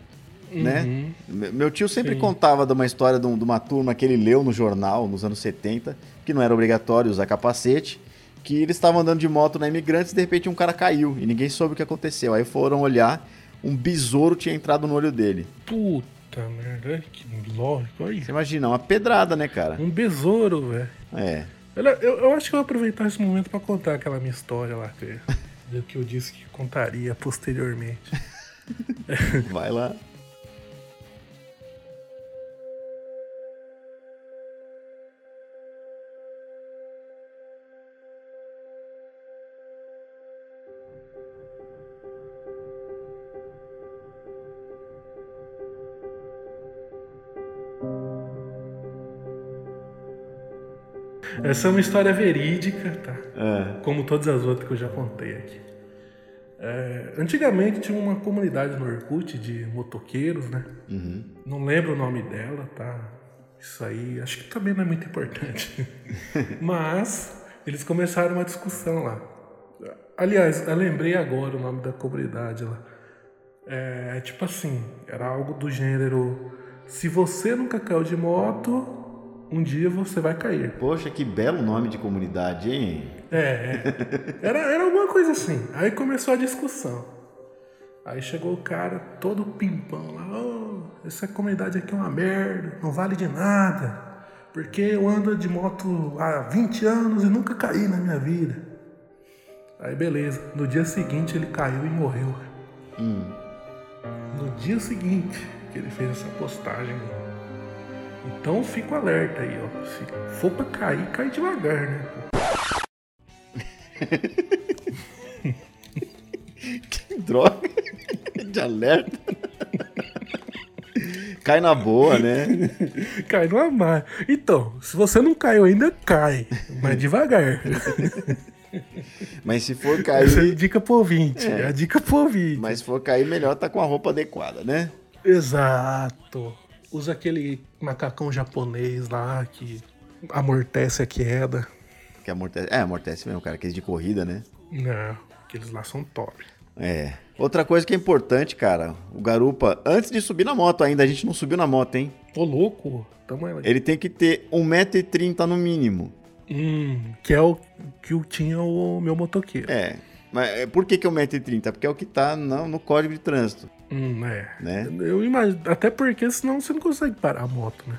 S1: Né?
S2: Uhum.
S1: Me- Meu tio sempre
S2: Sim.
S1: contava de uma história de, um- de uma turma que ele leu no jornal nos anos 70, que não era obrigatório usar capacete, que eles estavam andando de moto na Imigrantes e de repente um cara caiu e ninguém soube o que aconteceu. Aí foram olhar, um besouro tinha entrado no olho dele.
S2: Puta merda, olha que lógico. Olha
S1: Você
S2: isso.
S1: imagina, uma pedrada, né, cara?
S2: Um besouro, velho.
S1: É.
S2: Olha, Eu, eu acho que eu vou aproveitar esse momento pra contar aquela minha história lá, que, do que eu disse que contaria posteriormente.
S1: Vai lá.
S2: Essa é uma história verídica, tá?
S1: É.
S2: Como todas as outras que eu já contei aqui. É, antigamente tinha uma comunidade no Orkut de motoqueiros, né?
S1: Uhum.
S2: Não lembro o nome dela, tá? Isso aí acho que também não é muito importante. Mas eles começaram uma discussão lá. Aliás, eu lembrei agora o nome da comunidade lá. É tipo assim, era algo do gênero: se você nunca caiu de moto, um dia você vai cair.
S1: Poxa, que belo nome de comunidade, hein?
S2: É, é. era, era alguma coisa assim. Aí começou a discussão. Aí chegou o cara todo pimpão lá, "Ô, essa comunidade aqui é uma merda, não vale de nada. Porque eu ando de moto há 20 anos e nunca caí na minha vida. Aí beleza, no dia seguinte ele caiu e morreu. No dia seguinte que ele fez essa postagem. Então fico alerta aí, ó. Se for pra cair, cai devagar, né? pô?
S1: Que droga. De alerta. Cai na boa, né?
S2: Cai no mar. Então, se você não caiu ainda, cai. Mas devagar.
S1: Mas se for
S2: Essa é
S1: cair,
S2: a dica pro ouvinte. É, a dica pro ouvinte.
S1: mas se for cair, melhor tá com a roupa adequada, né?
S2: Exato. Usa aquele macacão japonês lá que amortece a queda.
S1: Que amortece. É, amortece mesmo, cara, que é de corrida, né?
S2: Não, aqueles lá são top.
S1: É. Outra coisa que é importante, cara, o garupa, antes de subir na moto ainda, a gente não subiu na moto, hein?
S2: Ô, louco. Tamo aí.
S1: Ele tem que ter 1,30m no mínimo.
S2: Hum, que é o que eu tinha o meu motoqueiro.
S1: É. Mas é, por que, que é 1,30m? Porque é o que tá no, no código de trânsito,
S2: Hum, é.
S1: né?
S2: Eu imagino. Até porque senão você não consegue parar a moto, né?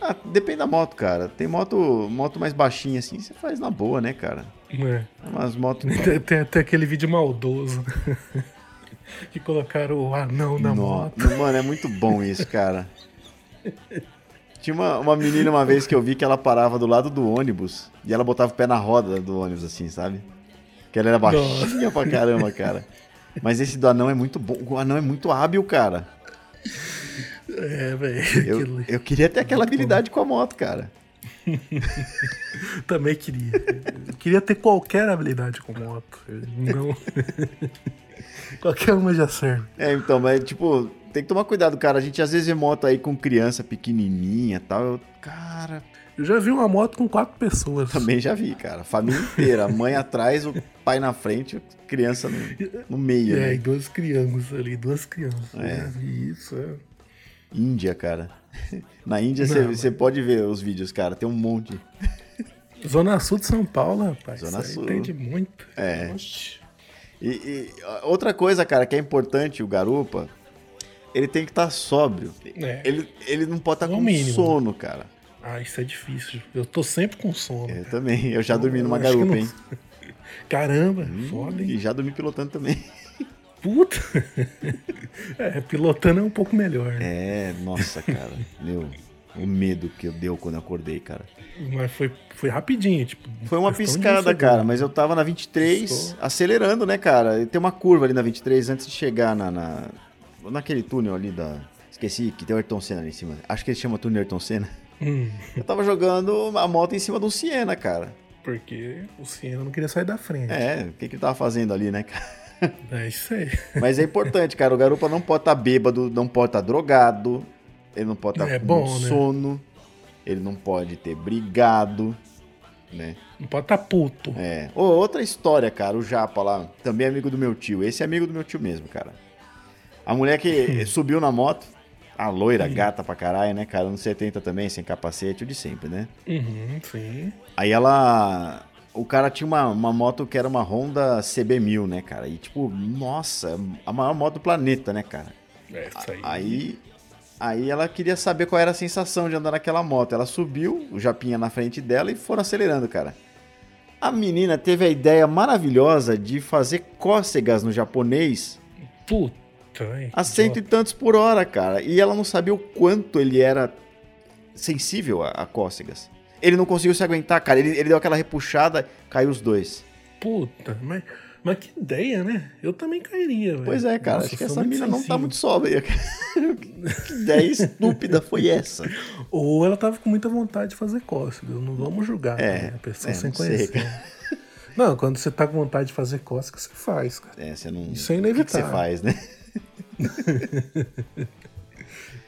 S1: Ah, depende da moto, cara. Tem moto, moto mais baixinha assim, você faz na boa, né, cara?
S2: É.
S1: Umas motos.
S2: Tem, tem até aquele vídeo maldoso né? que colocaram o anão na
S1: Nó-
S2: moto.
S1: Mano, é muito bom isso, cara. Tinha uma, uma menina uma vez que eu vi que ela parava do lado do ônibus e ela botava o pé na roda do ônibus, assim, sabe? Que ela era baixinha pra caramba, cara. Mas esse do anão é muito bom. O anão é muito hábil, cara.
S2: É,
S1: Eu,
S2: velho. aquilo-
S1: eu queria ter aquela habilidade com a moto, cara.
S2: Também queria. Eu queria ter qualquer habilidade com moto. Eu Não. qualquer uma já serve.
S1: É, então, mas, tipo, tem que tomar cuidado, cara. A gente às vezes vê moto aí com criança pequenininha e tal. Eu, cara,
S2: Eu já vi uma moto com quatro pessoas.
S1: também já vi, cara. Família inteira. A mãe atrás, o pai na frente, a criança no, no meio. né?
S2: É, e duas crianças ali, duas crianças. Eu
S1: É.
S2: já vi isso. é.
S1: Índia, cara. Na Índia
S2: Não,
S1: você
S2: mas-
S1: você pode ver os vídeos, cara. Tem um monte.
S2: Zona Sul de São Paulo, rapaz.
S1: Zona
S2: isso aí
S1: Sul.
S2: Entende muito.
S1: É.
S2: Oxi.
S1: E, e, ó, outra coisa, cara, que é importante o garupa, ele tem que estar sóbrio.
S2: É.
S1: Ele, ele não pode estar
S2: É o
S1: com
S2: mínimo.
S1: sono, cara.
S2: Ah, isso é difícil. Eu tô sempre com sono.
S1: Eu também. Eu É, já dormi numa
S2: Acho que
S1: garupa,
S2: não-
S1: hein? Hum.
S2: Caramba, foda, hein?
S1: E já dormi pilotando também.
S2: Puta! é, pilotando é um pouco melhor. né?
S1: É, nossa, cara. Meu. O medo que eu deu quando eu acordei, cara.
S2: Mas foi, foi rapidinho, tipo.
S1: É. Foi uma
S2: questão de
S1: piscada,
S2: segundo.
S1: cara, mas eu tava na 23,
S2: Estou.
S1: acelerando, né, cara? E tem uma curva ali na 23 antes de chegar na, na- naquele túnel ali da. Esqueci que tem o Ayrton Senna ali em cima. Acho que ele chama túnel Ayrton Senna.
S2: Hum,
S1: Eu tava jogando a moto em cima do Siena, cara.
S2: porque o Senna não queria sair da frente. É,
S1: É, o que, que ele tava fazendo ali, né, cara?
S2: isso aí.
S1: Mas é importante, cara. O garupa não pode estar bêbado, não pode estar drogado, ele não pode estar
S2: É
S1: com
S2: bom, né?
S1: sono, ele não pode ter brigado, né?
S2: Não pode estar Um tá puto.
S1: É. Ô, outra história, cara, o Japa lá, também é amigo do meu tio. Esse é amigo do meu tio mesmo, cara. A mulher que subiu na moto, a loira, gata pra caralho, né, cara? Anos 70 também, sem capacete, o de sempre, né?
S2: Uhum, sim.
S1: Aí ela. O cara tinha uma, uma moto que era uma Honda CB1000, né, cara? E tipo, nossa, a maior moto do planeta, né, cara?
S2: É isso aí.
S1: Aí, aí ela queria saber qual era a sensação de andar naquela moto. Ela subiu, o Japinha na frente dela e foram acelerando, cara. A menina teve a ideia maravilhosa de fazer cócegas no japonês
S2: Puta, hein?
S1: a cento e tantos por hora, cara. E ela não sabia o quanto ele era sensível a, a cócegas. Ele não conseguiu se aguentar, cara. Ele, ele deu aquela repuxada, caiu os dois.
S2: Puta, mas, mas que ideia, né? Eu também cairia, velho.
S1: Pois é, cara.
S2: Nossa,
S1: acho que
S2: eu sou
S1: essa
S2: muito
S1: mina não tá
S2: sensível.
S1: muito sóbria. cara. que ideia estúpida foi essa?
S2: Ou ela tava com muita vontade de fazer cócegas. Não vamos julgar
S1: É,
S2: né? a pessoa
S1: é,
S2: sem
S1: não sei,
S2: conhecer. Não, quando você tá com vontade de fazer cócegas, você faz, cara.
S1: É, você não.
S2: Isso é
S1: o que que você
S2: inevitável.
S1: faz, né?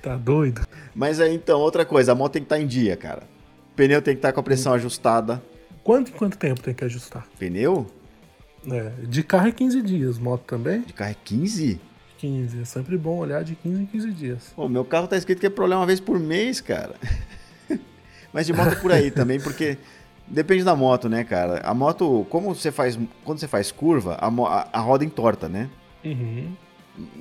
S2: Tá doido?
S1: Mas aí então, outra coisa, a moto tem que estar em dia, cara. O pneu tem que estar com a pressão ajustada.
S2: Quanto, quanto tempo tem que ajustar?
S1: Pneu?
S2: É, de carro é 15 dias, moto também?
S1: De carro é 15?
S2: 15. É sempre bom olhar de 15 em 15 dias.
S1: Pô, meu carro tá escrito que é problema uma vez por mês, cara. Mas de moto é por aí também, porque depende da moto, né, cara? A moto, como você faz. Quando você faz curva, a, mo- a- a roda entorta, né?
S2: Uhum.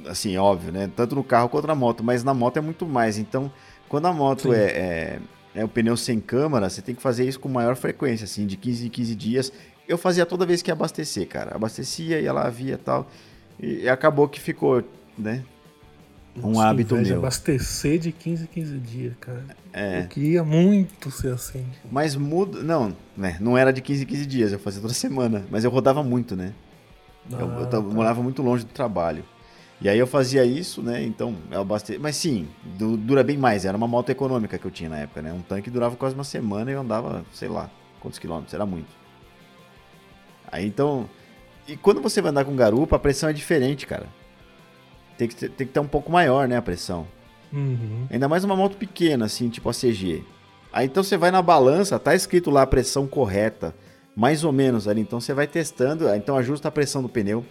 S1: assim, óbvio, né? Tanto no carro quanto na moto, mas na moto é muito mais. Então, quando a moto
S2: Sim.
S1: é, é, é o pneu sem câmara, você tem que fazer isso com maior frequência, assim, de 15 em 15 dias. Eu fazia toda vez que ia abastecer, cara. Abastecia, ia lá, via e tal. E e acabou que ficou, né? Um
S2: Nossa, que
S1: hábito
S2: inveja,
S1: meu.
S2: Abastecer de 15 em 15 dias, cara.
S1: É.
S2: Eu queria muito ser assim.
S1: Mas muda. Não, né? Não era de 15 em 15 dias, eu fazia toda semana. Mas eu rodava muito, né? Eu, eu
S2: Ah,
S1: tava- morava muito longe do trabalho. E aí eu fazia isso, né? Então, eu abaste... Mas sim, du- dura bem mais. Era uma moto econômica que eu tinha na época, né? Um tanque durava quase uma semana e eu andava, sei lá, quantos quilômetros, era muito. Aí então. E quando você vai andar com garupa, a pressão é diferente, cara. Tem que, ter- tem que estar um pouco maior, né? A pressão.
S2: Uhum.
S1: Ainda mais uma moto pequena, assim, tipo a CG. Aí então você vai na balança, tá escrito lá a pressão correta, mais ou menos ali. Então você vai testando, aí, então ajusta a pressão do pneu.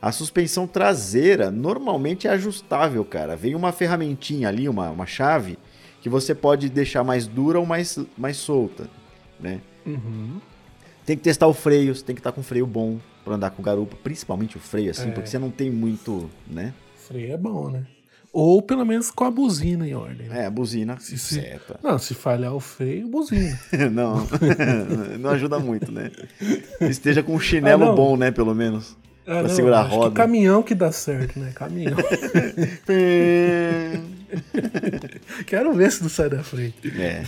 S1: A suspensão traseira normalmente é ajustável, cara. Vem uma ferramentinha ali, uma, uma chave, que você pode deixar mais dura ou mais, mais solta, né?
S2: Uhum.
S1: Tem que testar o freio, você tem que estar com freio bom pra andar com garupa, principalmente o freio, assim,
S2: É.
S1: porque você não tem muito, né?
S2: Freio é bom, né? Ou pelo menos com a buzina em ordem. né?
S1: É, a buzina
S2: Se- se-
S1: seta.
S2: Não, se falhar o freio, buzina.
S1: Não, não ajuda muito, né? Esteja com um chinelo
S2: Ah, não.
S1: bom, né? Pelo menos.
S2: Ah,
S1: Pra segurar a
S2: acho
S1: roda.
S2: Que caminhão que dá certo, né? Caminhão. Quero ver se não sai da frente.
S1: É.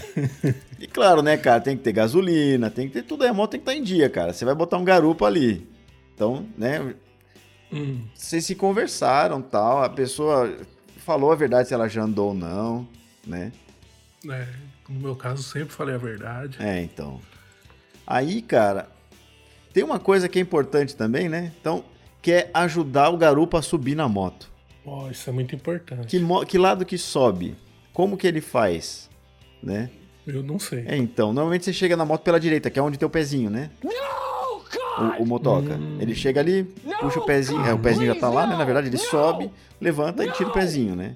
S1: E claro, né, cara? Tem que ter gasolina, tem que ter tudo. aí, A moto tem que estar em dia, cara. Você vai botar um garupa ali. Então, né?
S2: Hum.
S1: Vocês se conversaram tal. A pessoa falou a verdade se ela já andou ou não, né?
S2: É, no meu caso, sempre falei a verdade.
S1: É, então. Aí, cara, tem uma coisa que é importante também, né? Então, que é ajudar o garupa a subir na moto.
S2: Ó, isso é muito importante.
S1: Que, mo- que lado que sobe? Como que ele faz? Né?
S2: Eu não sei.
S1: É, então, normalmente você chega na moto pela direita, que é onde tem o pezinho, né? O, o motoca. Ele chega ali, puxa o pezinho. É, o pezinho já tá lá, né? Na verdade, ele sobe, levanta e tira o pezinho, né?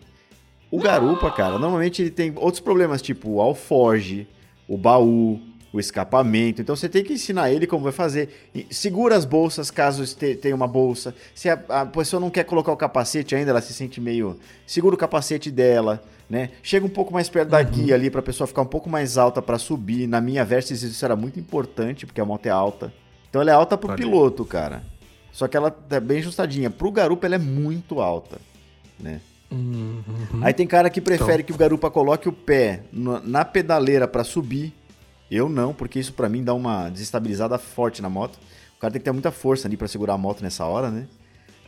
S1: O garupa, cara, normalmente ele tem outros problemas, tipo o alforge, o baú, o escapamento. Então você tem que ensinar ele como vai fazer. E segura as bolsas caso este- tenha uma bolsa. Se a, a pessoa não quer colocar o capacete ainda, ela se sente meio. Segura o capacete dela, né? Chega um pouco mais perto da guia ali pra pessoa ficar um pouco mais alta pra subir. Na minha Versys isso era muito importante, porque a moto é alta. Então ela é alta pro
S2: Olha aí.
S1: piloto, cara. Só que ela tá bem ajustadinha. Pro garupa ela é muito alta, né?
S2: Uhum.
S1: Aí tem cara que prefere que o garupa coloque o pé na, na pedaleira pra subir. Eu não, porque isso pra mim dá uma desestabilizada forte na moto. O cara tem que ter muita força ali pra segurar a moto nessa hora, né?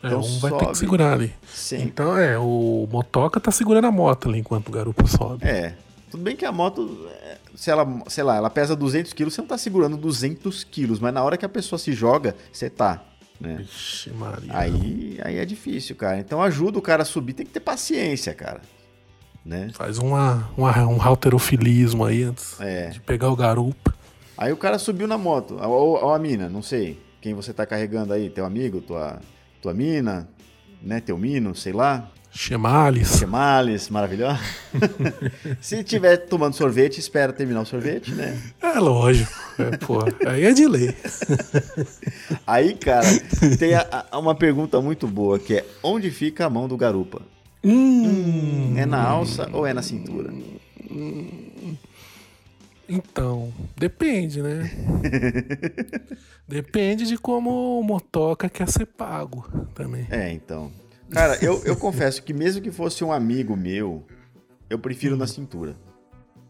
S2: É,
S1: Então
S2: um vai ter
S1: sobe.
S2: que segurar ali.
S1: Sim.
S2: Então, é, o motoca tá segurando a moto ali enquanto o garupa sobe.
S1: É. Tudo bem que a moto, é, se ela, sei lá, ela pesa 200 quilos, você não tá segurando 200 quilos, mas na hora que a pessoa se joga, você tá, né?
S2: Vixe, Maria.
S1: Aí, aí é difícil, cara. Então ajuda o cara a subir, tem que ter paciência, cara. Né?
S2: Faz uma, uma- um halterofilismo aí antes
S1: É.
S2: de pegar o garupa.
S1: Aí o cara subiu na moto, ou, ou a mina, não sei. Quem você tá carregando aí, teu amigo, tua, tua mina, né? Teu mino, sei lá.
S2: Chemales.
S1: Chemales, maravilhosa. se tiver tomando sorvete, espera terminar o sorvete, né?
S2: É lógico. É, pô, aí é de lei.
S1: Aí, cara, tem a- a- uma pergunta muito boa que é: onde fica a mão do garupa?
S2: Hum,
S1: É na alça ou é na cintura?
S2: Então, depende, né? depende de como o motoca quer ser pago também.
S1: É, então. Cara, eu, eu confesso que mesmo que fosse um amigo meu, eu prefiro na cintura.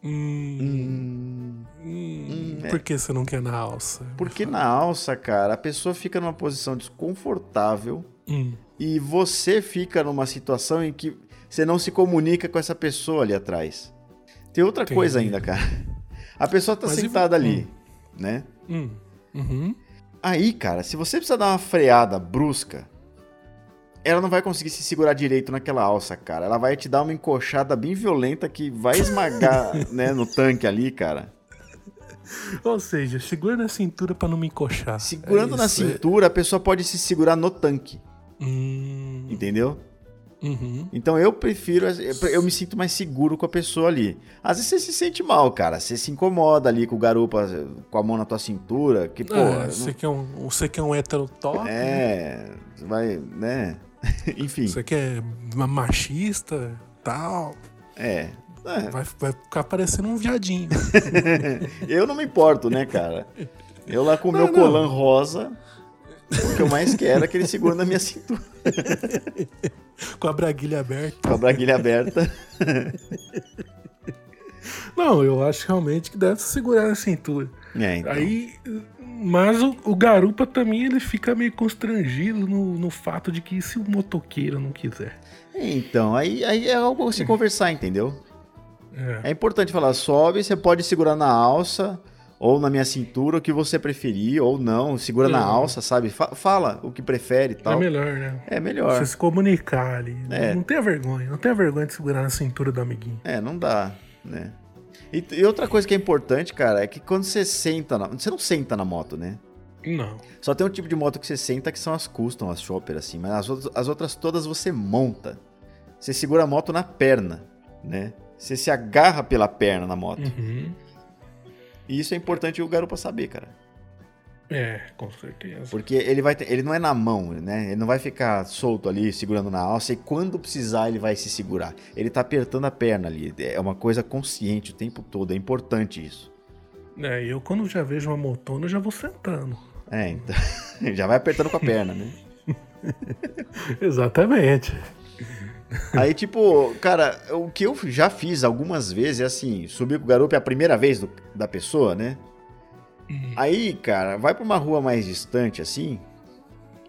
S2: Hum, hum,
S1: é.
S2: por que você não quer na alça?
S1: Porque na alça, cara, a pessoa fica numa posição desconfortável
S2: Hum,
S1: e você fica numa situação em que você não se comunica com essa pessoa ali atrás. Tem outra
S2: Entendi.
S1: coisa ainda, cara. A pessoa tá
S2: Mas e vo-
S1: sentada ali, né?
S2: hum, uhum.
S1: Aí, cara, se você precisar dar uma freada brusca, ela não vai conseguir se segurar direito naquela alça, cara. Ela vai te dar uma encoxada bem violenta que vai esmagar, né, no tanque ali, cara.
S2: Ou seja, segura na cintura pra não me encoxar.
S1: Segurando
S2: É
S1: na
S2: isso, é.
S1: cintura, a pessoa pode se segurar no tanque,
S2: Hum,
S1: entendeu?
S2: uhum.
S1: Então eu prefiro, eu me sinto mais seguro com a pessoa ali. Às vezes você se sente mal, cara. Você se incomoda ali com o garupa, com a mão na tua cintura, que, pô,
S2: É,
S1: não-
S2: você, quer um, você quer um hétero top?
S1: é, vai, né? Enfim,
S2: Você quer ma- machista? Tal.
S1: é. É,
S2: Vai, vai ficar parecendo um viadinho.
S1: Eu não me importo, né, cara? Eu lá com o meu
S2: Não, não.
S1: colan rosa, o que eu mais quero é que ele segura na minha cintura,
S2: com a braguilha aberta.
S1: com a braguilha aberta.
S2: Não, eu acho realmente que deve segurar na cintura.
S1: É, então.
S2: Aí, mas o, o garupa também ele fica meio constrangido no, no fato de que se o motoqueiro não quiser.
S1: Então, aí, aí é algo a se conversar, entendeu?
S2: É.
S1: É importante falar, sobe, você pode segurar na alça, ou na minha cintura, o que você preferir, ou não, segura na
S2: É.
S1: alça, sabe? Fa- fala o que prefere e
S2: É
S1: tal.
S2: melhor, né?
S1: É melhor.
S2: Você se comunicar ali.
S1: É.
S2: Não tenha vergonha. Não tenha vergonha de segurar na cintura do amiguinho.
S1: É, não dá, né? E, e outra coisa que é importante, cara, é que quando você senta, na, você não senta na moto, né?
S2: Não.
S1: Só tem um tipo de moto que você senta que são as custom, as chopper, assim, mas as outras, as outras todas você monta. Você segura a moto na perna, né? Você se agarra pela perna na moto.
S2: Uhum.
S1: E isso é importante o garupa saber, cara.
S2: É, com certeza.
S1: Porque ele vai ter- ele não é na mão, né? Ele não vai ficar solto ali, segurando na alça, e quando precisar ele vai se segurar. Ele tá apertando a perna ali. É uma coisa consciente o tempo todo, é importante isso.
S2: É, eu quando já vejo uma motona, eu já vou sentando.
S1: É, então. Já vai apertando com a perna, né?
S2: Exatamente.
S1: Aí, tipo, cara, o que eu já fiz algumas vezes é assim, subir com o garupa é a primeira vez do- da pessoa, né? Aí, cara, vai pra uma rua mais distante, assim,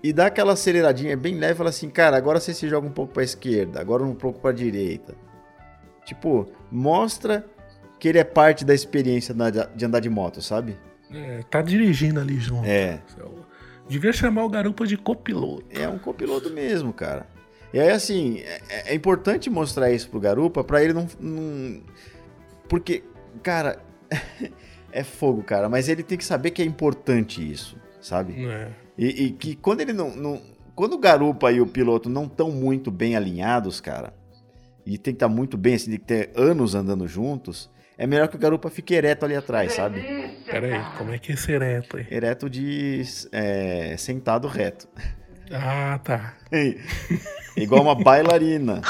S1: e dá aquela aceleradinha bem leve e fala assim, cara, agora você se joga um pouco pra esquerda, agora um pouco pra direita. Tipo, mostra que ele é parte da experiência da- de andar de moto, sabe?
S2: É, tá dirigindo ali junto.
S1: É.
S2: Devia chamar o garupa de copiloto.
S1: É um copiloto mesmo, cara. E aí, assim, é, é importante mostrar isso pro garupa pra ele não. não- Porque, cara, é fogo, cara, mas ele tem que saber que é importante isso, sabe?
S2: É.
S1: E, e que quando ele não, não- Quando o garupa e o piloto não estão muito bem alinhados, cara, e tem que estar muito bem, assim, tem que ter anos andando juntos, é melhor que o garupa fique ereto ali atrás, sabe?
S2: Pera aí, como é que é esse ereto aí?
S1: Ereto de. é, sentado reto.
S2: Ah, tá.
S1: Igual uma bailarina.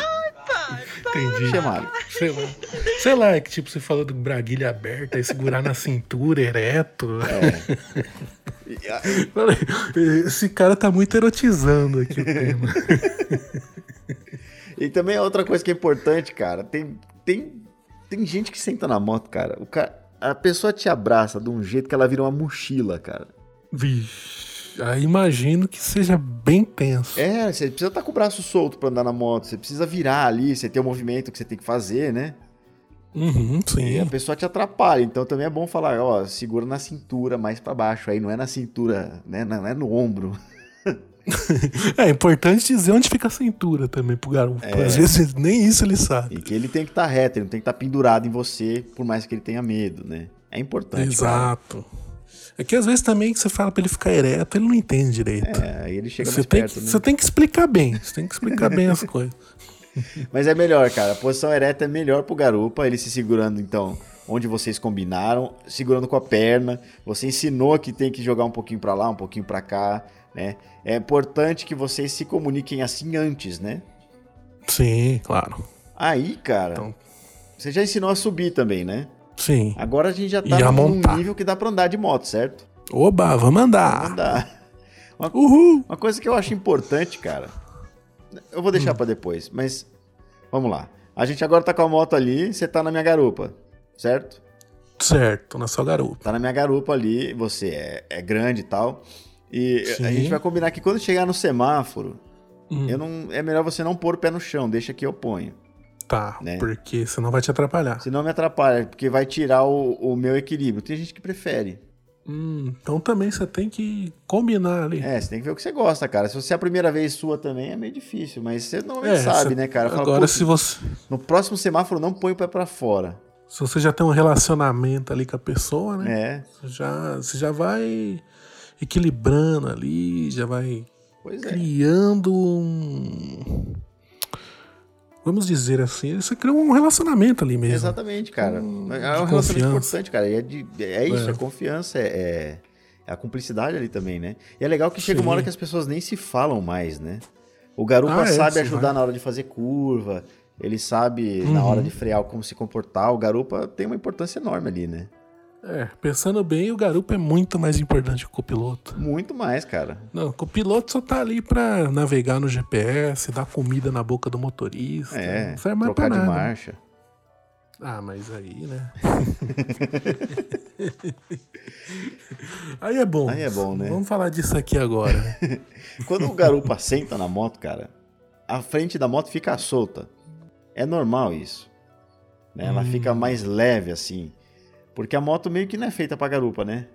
S2: Entendi.
S1: Chamaram.
S2: Sei lá. Sei lá, é que tipo, você falou do braguilha aberta e segurar na cintura, ereto.
S1: E a-
S2: Pera aí, Esse cara tá muito erotizando aqui o tema.
S1: E também outra coisa que é importante, cara, tem, tem, tem gente que senta na moto, cara. O cara. A pessoa te abraça de um jeito que ela vira uma mochila, cara.
S2: Vixe, aí imagino que seja bem tenso.
S1: É, você precisa estar com o braço solto pra andar na moto, você precisa virar ali, você tem o movimento que você tem que fazer, né?
S2: Uhum,
S1: E a
S2: sim.
S1: pessoa te atrapalha, então também é bom falar, ó, segura na cintura, mais pra baixo, aí não é na cintura, né, não é no ombro.
S2: É importante dizer onde fica a cintura também pro garoto.
S1: É.
S2: Às vezes nem isso ele sabe.
S1: E que ele tem que estar reto, ele não tem que estar pendurado em você, por mais que ele tenha medo, né? É importante.
S2: Exato. É que às vezes também que você fala pra ele ficar ereto, ele não entende direito.
S1: cara. É, aí ele chega
S2: Você
S1: mais
S2: tem,
S1: perto,
S2: que,
S1: né?
S2: você tem que explicar bem. Você tem que explicar bem as coisas.
S1: Mas é melhor, cara. A posição ereta é melhor pro garupa, ele se segurando, então, onde vocês combinaram, segurando com a perna. Você ensinou que tem que jogar um pouquinho pra lá, um pouquinho pra cá, né? É importante que vocês se comuniquem assim antes, né?
S2: Sim, claro.
S1: Aí, cara,
S2: Então.
S1: você já ensinou a subir também, né?
S2: Sim.
S1: Agora a gente já
S2: E
S1: tá
S2: a
S1: num
S2: montar.
S1: nível que dá pra andar de moto, certo?
S2: Oba, vamos andar.
S1: Andar.
S2: Uhul!
S1: Uma coisa que eu acho importante, cara. Eu vou
S2: Hum.
S1: deixar pra depois, mas vamos lá. A gente agora tá com a moto ali, você tá na minha garupa, certo?
S2: Certo, na sua garupa.
S1: Tá na minha garupa ali, você é, é grande e tal. E a
S2: Sim.
S1: gente vai combinar que quando chegar no semáforo,
S2: Hum,
S1: eu não, é melhor você não pôr o pé no chão, deixa que eu ponho.
S2: tá,
S1: né?
S2: porque senão vai te atrapalhar.
S1: Senão me atrapalha, porque vai tirar o, o meu equilíbrio. Tem gente que prefere.
S2: Hum, então também você tem que combinar ali.
S1: É, você tem que ver o que você gosta, cara. Se você é a primeira vez sua também, é meio difícil, mas você não
S2: É,
S1: sabe,
S2: você-
S1: né, cara? Fala,
S2: Agora,
S1: "Putz,
S2: se você,
S1: No próximo semáforo não põe o pé pra fora.
S2: se você já tem um relacionamento ali com a pessoa, né?
S1: É,
S2: Você Já, você já vai equilibrando ali, já vai
S1: pois é.
S2: criando um. Vamos dizer assim, você criou um relacionamento ali mesmo.
S1: Exatamente, cara.
S2: Hum,
S1: é um
S2: de
S1: relacionamento
S2: confiança.
S1: importante, cara. E é, de- é isso, é,
S2: É.
S1: confiança, é, é a cumplicidade ali também, né? E é legal que chega uma
S2: Sim.
S1: hora que as pessoas nem se falam mais, né? O garupa
S2: Ah, é,
S1: sabe
S2: você
S1: ajudar
S2: vai.
S1: na hora de fazer curva, ele sabe na
S2: Uhum.
S1: hora de frear como se comportar. O garupa tem uma importância enorme ali, né?
S2: É, pensando bem, o garupa é muito mais importante que o copiloto.
S1: Muito mais, cara.
S2: Não, o copiloto só tá ali pra navegar no GPS, dar comida na boca do motorista.
S1: É,
S2: não serve mais
S1: trocar
S2: pra
S1: de
S2: nada.
S1: marcha.
S2: Ah, mas aí, né? aí é bom.
S1: Aí é bom, né?
S2: Vamos falar disso aqui agora. né?
S1: Quando o garupa senta na moto, cara, a frente da moto fica solta. É normal isso. né? Ela
S2: Hum.
S1: fica mais leve assim. Porque a moto meio que não é feita pra garupa, né?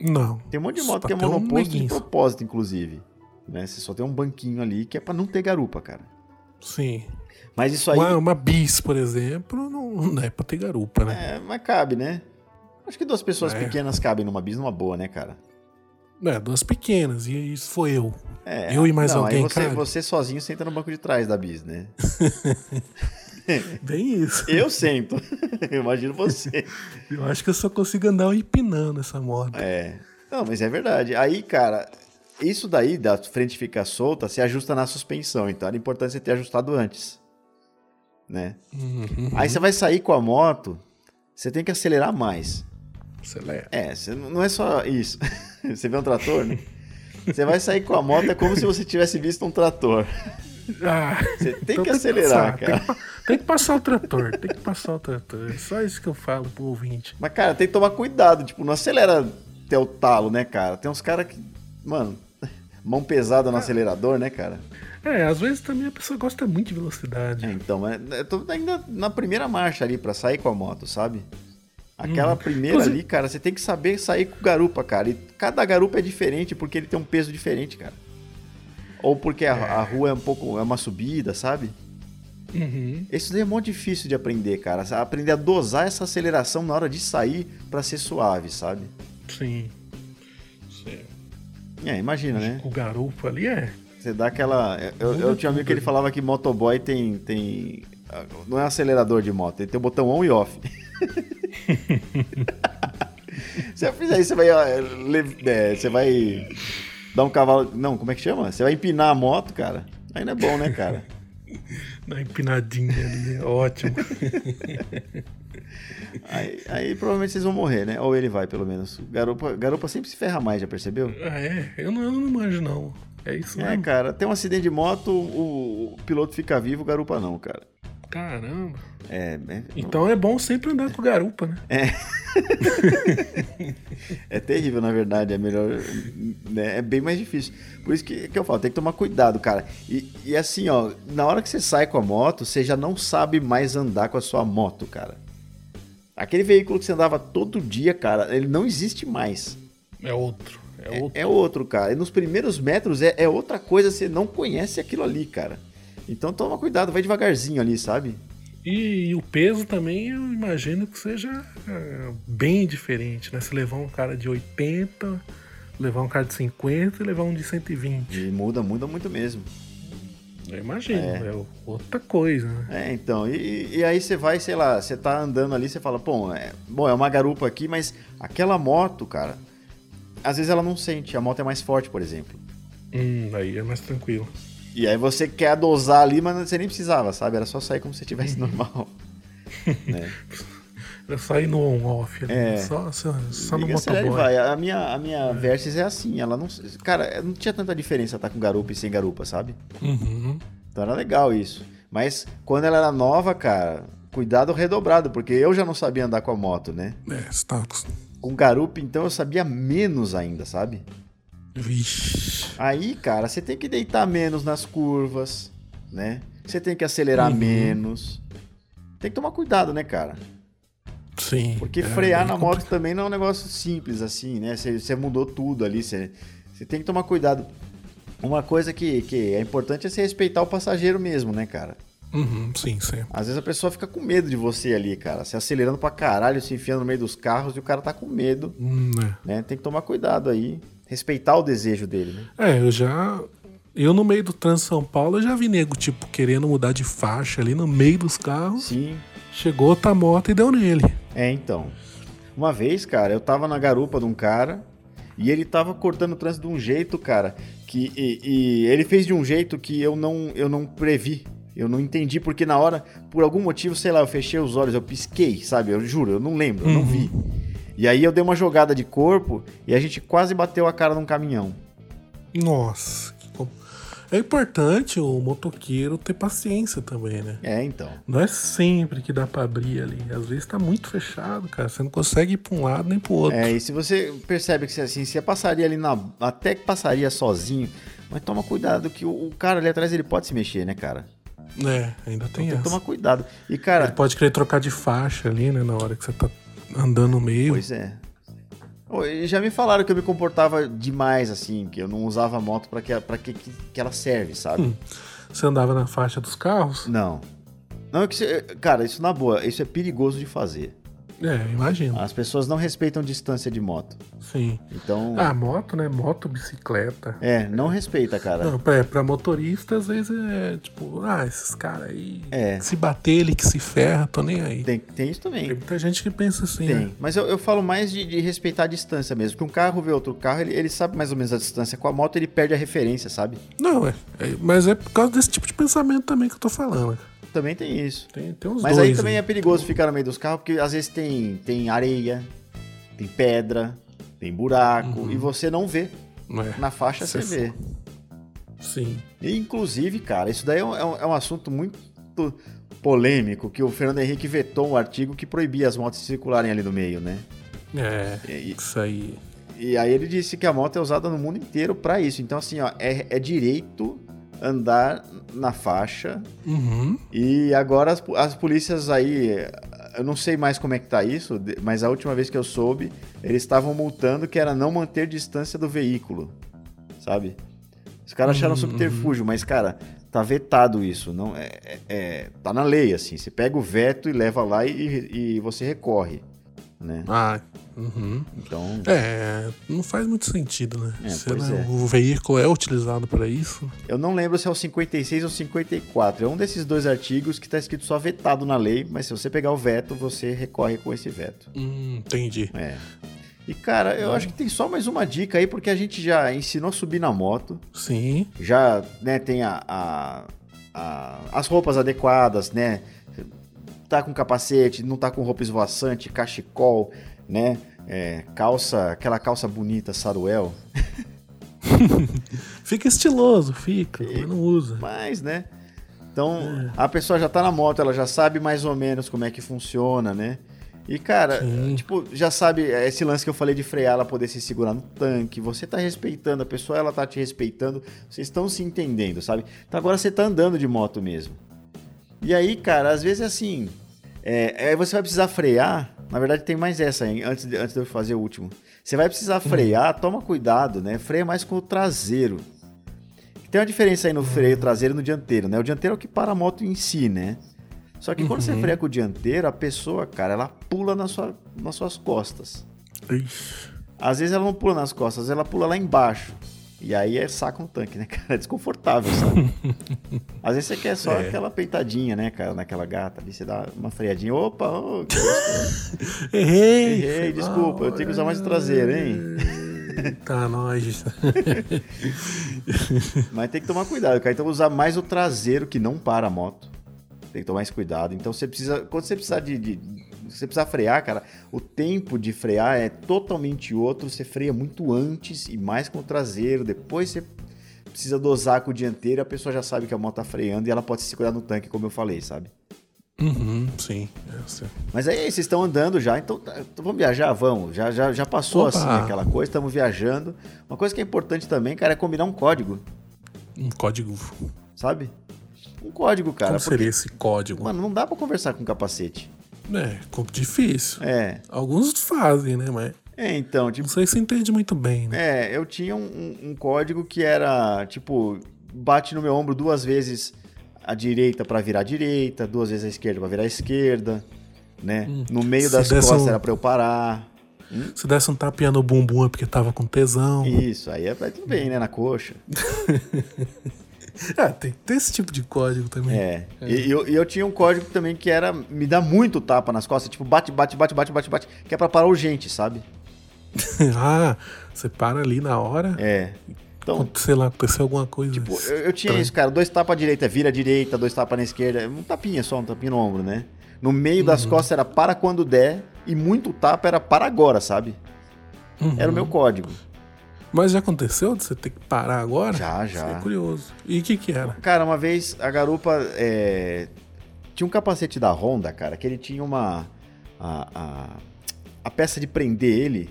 S2: Não.
S1: Tem um monte de
S2: Só
S1: moto que é
S2: tem um
S1: monoposto de
S2: neguinho.
S1: propósito, inclusive. Né? Você só tem um banquinho ali que é pra não ter garupa, cara.
S2: Sim.
S1: Mas isso aí.
S2: Uma, uma bis, por exemplo, não, não é pra ter garupa, né?
S1: É, mas cabe, né? Acho que duas pessoas
S2: É.
S1: pequenas cabem numa bis numa boa, né, cara?
S2: É, duas pequenas, e isso foi eu.
S1: É.
S2: Eu e mais
S1: não,
S2: alguém,
S1: aí você,
S2: cabe.
S1: você sozinho senta no banco de trás da bis, né?
S2: Bem isso.
S1: Eu sento. Eu imagino você.
S2: Eu acho que eu só consigo andar empinando essa moto.
S1: É. Não, mas é verdade. Aí, cara, isso daí da frente ficar solta se ajusta na suspensão. Então era importante você ter ajustado antes. Né?
S2: Uhum.
S1: Aí você vai sair com a moto, você tem que acelerar mais.
S2: Acelera.
S1: É, você não não é só isso. você vê um trator, né? Você vai sair com a moto, é como se você tivesse visto um trator.
S2: Ah,
S1: Você tem
S2: então
S1: que acelerar,
S2: passar,
S1: cara.
S2: Tem que, pa- tem que passar o trator, tem que passar o trator. É só isso que eu falo pro ouvinte.
S1: Mas, cara, tem que tomar cuidado. Tipo, não acelera até o talo, né, cara? Tem uns caras que. Mano, mão pesada no acelerador, né, cara?
S2: É, às vezes também a pessoa gosta muito de velocidade.
S1: É, então, é- eu tô ainda na primeira marcha ali pra sair com a moto, sabe? Aquela primeira
S2: Inclusive-
S1: ali, cara, você tem que saber sair com garupa, cara. E cada garupa é diferente porque ele tem um peso diferente, cara. Ou porque a, a rua é um pouco, é uma subida, sabe?
S2: Uhum.
S1: Isso daí é muito difícil de aprender, cara. Aprender a dosar essa aceleração na hora de sair pra ser suave, sabe?
S2: Sim. Sim.
S1: É, imagina, né?
S2: O garupa ali é.
S1: Você dá aquela. Eu, eu- eu
S2: Muda
S1: tinha um amigo
S2: tudo
S1: que ele
S2: ali.
S1: falava que motoboy tem. tem... Não é acelerador de moto, ele tem o botão on e off. Se eu fizer isso, você vai. ó, le- é, você vai. Dar um cavalo. Não, como é que chama? Você vai empinar a moto, cara. Aí não é bom, né, cara?
S2: Na empinadinha ali, é ótimo.
S1: Aí, aí provavelmente vocês vão morrer, né? Ou ele vai, pelo menos. Garupa, garupa sempre se ferra mais, já percebeu?
S2: Ah, é? Eu não, eu não manjo, não. É isso
S1: É,
S2: mesmo?
S1: cara, tem um acidente de moto, o, o piloto fica vivo, o garupa não, cara.
S2: Caramba.
S1: É, é,
S2: Então é bom sempre andar com garupa, né?
S1: é terrível, na verdade. É melhor. né? É bem mais difícil. Por isso que, que eu falo, tem que tomar cuidado, cara. E, e assim, ó, na hora que você sai com a moto, você já não sabe mais andar com a sua moto, cara. Aquele veículo que você andava todo dia, cara, ele não existe mais.
S2: É outro. É outro.
S1: É outro, cara. E nos primeiros metros é, é outra coisa, você não conhece aquilo ali, cara. Então toma cuidado, vai devagarzinho ali, sabe?
S2: E, e o peso também, eu imagino que seja ah, bem diferente, né? Se levar um cara de 80, levar um cara de 50 e levar um de 120.
S1: E muda, muda muito mesmo.
S2: Eu imagino, é, outra coisa, né?
S1: É, então, e, e aí você vai, sei lá, você tá andando ali, você fala, bom é, bom, é uma garupa aqui, mas aquela moto, cara, às vezes ela não sente, a moto é mais forte, por exemplo.
S2: Hum, aí é mais tranquilo.
S1: E aí você quer dosar ali, mas você nem precisava, sabe? Era só sair como se tivesse normal.
S2: Era só ir no on-off, né?
S1: É.
S2: Só, só, só no
S1: Liga, sei lá, e
S2: motoboy.
S1: vai. A minha, a minha Versys é assim, ela não. Cara, não tinha tanta diferença tá com garupa e sem garupa, sabe?
S2: Uhum.
S1: Então era legal isso. Mas quando ela era nova, cara, cuidado redobrado, porque eu já não sabia andar com a moto, né?
S2: É, você tá acos-
S1: Com garupa, então eu sabia menos ainda, sabe?
S2: Vixe.
S1: Aí, cara, você tem que deitar menos nas curvas, né? Você tem que acelerar
S2: Uhum.
S1: menos. Tem que tomar cuidado, né, cara?
S2: Sim.
S1: Porque
S2: é,
S1: frear
S2: bem
S1: na
S2: compli-
S1: moto também não é um negócio simples assim, né? Você você mudou tudo ali, você você tem que tomar cuidado. Uma coisa que, que é importante é você respeitar o passageiro mesmo, né, cara?
S2: Uhum, sim, sim.
S1: Às vezes a pessoa fica com medo de você ali, cara. Você acelerando pra caralho, se enfiando no meio dos carros e o cara tá com medo,
S2: Hum, né?
S1: né? Tem que tomar cuidado aí. Respeitar o desejo dele, né?
S2: É, eu já. Eu no meio do trânsito de São Paulo, eu já vi nego, tipo, querendo mudar de faixa ali no meio dos carros.
S1: Sim.
S2: Chegou outra moto e deu nele.
S1: É, então. Uma vez, cara, eu tava na garupa de um cara e ele tava cortando o trânsito de um jeito, cara, que e, e ele fez de um jeito que eu não eu não previ. Eu não entendi porque na hora, por algum motivo, sei lá, eu fechei os olhos, eu pisquei, sabe? Eu juro, eu não lembro, eu não vi. E aí eu dei uma jogada de corpo e a gente quase bateu a cara num caminhão.
S2: Nossa. que com- É importante o motoqueiro ter paciência também, né?
S1: É, então.
S2: Não é sempre que dá pra abrir ali. Às vezes tá muito fechado, cara. Você não consegue ir pra um lado nem pro outro.
S1: É, e se você percebe que assim, você passaria ali na. Até que passaria sozinho, mas toma cuidado que o, o cara ali atrás ele pode se mexer, né, cara?
S2: É, ainda
S1: Então
S2: tem
S1: tem que
S2: essa.
S1: tomar cuidado. E,
S2: Ele
S1: cara,
S2: pode querer trocar de faixa ali, né? Na hora que você tá andando no meio.
S1: pois é. Ô, e Já me falaram que eu me comportava demais, assim, que eu não usava a moto pra que, pra que, que, que ela serve, sabe?
S2: Hum. Você andava na faixa dos carros?
S1: Não. Não, é que você, cara, isso na boa, isso é perigoso de fazer.
S2: É, imagino.
S1: As pessoas não respeitam distância de moto.
S2: Sim.
S1: Então,
S2: Ah, moto, né? Moto, bicicleta.
S1: é, não respeita, cara.
S2: Não, pra, é, pra motorista, às vezes é tipo, ah, esses caras aí.
S1: É.
S2: Se bater ele que se ferra, tô nem aí.
S1: Tem, tem isso também.
S2: Tem muita gente que pensa assim, né?
S1: Tem. Mas eu, eu falo mais de, de respeitar a distância mesmo. Que um carro vê outro carro, ele, ele sabe mais ou menos a distância. Com a moto, ele perde a referência, sabe?
S2: Não, é, é- Mas é por causa desse tipo de pensamento também que eu tô falando.
S1: Também tem isso.
S2: Tem, tem uns
S1: Mas
S2: dois.
S1: aí também
S2: né?
S1: é perigoso ficar no meio dos carros, porque às vezes tem, tem areia, tem pedra, tem buraco, e você não vê.
S2: É,
S1: Na faixa
S2: Uhum. Cê
S1: você vê.
S2: É, Sim.
S1: E, inclusive, cara, isso daí é um, é um- é um assunto muito polêmico, que o Fernando Henrique vetou um artigo que proibia as motos circularem ali no meio, né?
S2: É.
S1: E- e-
S2: Isso aí.
S1: E aí ele disse que a moto é usada no mundo inteiro pra isso. Então, assim, ó, é, é direito andar na faixa.
S2: Uhum.
S1: E agora as, po- as polícias aí, eu não sei mais como é que tá isso, de- mas a última vez que eu soube, eles estavam multando que era não manter distância do veículo, sabe? Os caras acharam
S2: Uhum,
S1: subterfúgio, mas, cara, tá vetado isso. não é, é- é- Tá na lei, assim. Você pega o veto e leva lá e, e você recorre, né?
S2: Ah. Uhum.
S1: Então...
S2: É, não faz muito sentido, né?
S1: É,
S2: Se
S1: pois
S2: ela-
S1: é.
S2: O veículo é utilizado pra isso.
S1: Eu não lembro se é o 56 ou 54. É um desses dois artigos que tá escrito só vetado na lei, mas se você pegar o veto, você recorre com esse veto.
S2: Hum, entendi.
S1: É. E cara, eu acho que tem só mais uma dica aí, porque a gente já ensinou a subir na moto,
S2: Sim.
S1: já né, tem a, a- a- as roupas adequadas, né? Tá com capacete, não tá com roupa esvoaçante, cachecol, né? É, calça, aquela calça bonita, saruel.
S2: Fica estiloso, fica, mas não usa.
S1: Mas, né? Então, a pessoa já tá na moto, ela já sabe mais ou menos como é que funciona, né? E, cara,
S2: Sim.
S1: tipo, já sabe é, esse lance que eu falei de frear, ela poder se segurar no tanque. Você tá respeitando a pessoa, ela tá te respeitando. Vocês estão se entendendo, sabe? Então agora você tá andando de moto mesmo. E aí, cara, às vezes é assim. É, aí você vai precisar frear. Na verdade, tem mais essa, hein? Antes de, antes de eu fazer o último. Você vai precisar frear, toma cuidado, né? Freia mais com o traseiro. Tem uma diferença aí no freio traseiro e no dianteiro, né? O dianteiro é o que para a moto em si, né? Só que quando você
S2: Uhum.
S1: freia com o dianteiro, a pessoa, cara, ela pula na sua, nas suas costas.
S2: Ixi.
S1: Às vezes ela não pula nas costas, ela pula lá embaixo. E aí é saca um tanque, né, cara? É desconfortável, sabe? Às vezes você quer só
S2: É.
S1: aquela peitadinha, né, cara, naquela gata ali. Você dá uma freadinha. Opa, ô,
S2: Errei!
S1: Errei,
S2: foi
S1: desculpa,
S2: mal.
S1: eu tenho que usar mais o traseiro, hein?
S2: Tá, nós.
S1: Mas tem que tomar cuidado, cara. Então usar mais o traseiro que não para a moto. Tem que tomar mais cuidado. Então você precisa. Quando você precisar de. de- você precisar frear, cara, o tempo de frear é totalmente outro. Você freia muito antes e mais com o traseiro. Depois você precisa dosar com o dianteiro. A pessoa já sabe que a moto tá freando e ela pode se segurar no tanque, como eu falei, sabe?
S2: Uhum, sim. é, sim.
S1: Mas aí vocês estão andando já, então tá, então vamos viajar, vamos. Já, já, já passou
S2: Opa!
S1: assim aquela coisa, estamos viajando. Uma coisa que é importante também, cara, é combinar um código,
S2: Um código.
S1: sabe? Um código, cara.
S2: Como
S1: porque-
S2: seria esse código?
S1: Mano, não dá pra conversar com capacete.
S2: É, co- difícil.
S1: É.
S2: Alguns fazem, né? Mas
S1: É, então,
S2: não
S1: tipo,
S2: sei se entende muito bem, né?
S1: é, eu tinha um- um, um código que era, tipo, bate no meu ombro duas vezes à direita pra virar à direita, duas vezes à esquerda pra virar à esquerda, né?
S2: Hum.
S1: No meio
S2: Se
S1: das
S2: desse
S1: costas
S2: um-
S1: era pra eu parar.
S2: Se desse um tapinha no bumbum é porque tava com tesão.
S1: Isso, aí é, aí tudo bem, né? Na coxa.
S2: Hum. Ah, tem que ter esse tipo de código também.
S1: É. E, e eu, e eu tinha um código também que era me dar muito tapa nas costas, tipo, bate, bate, bate, bate, bate, bate, que é pra parar urgente, sabe?
S2: ah, você para ali na hora.
S1: É. Então,
S2: quando, Sei lá, aconteceu alguma coisa.
S1: Pô, eu, eu tinha
S2: estranha.
S1: isso, cara. Dois tapas à direita, vira à direita, dois tapas na esquerda. Um tapinha só, um tapinha no ombro, né? No meio das costas era para quando der, e muito tapa era para agora, sabe?
S2: Uhum.
S1: Era o meu código.
S2: Mas já aconteceu de você ter que parar agora?
S1: Já, já.
S2: Fiquei curioso. E o que que era?
S1: Cara, uma vez a garupa é, tinha um capacete da Honda, cara, que ele tinha uma. A, a, a peça de prender ele,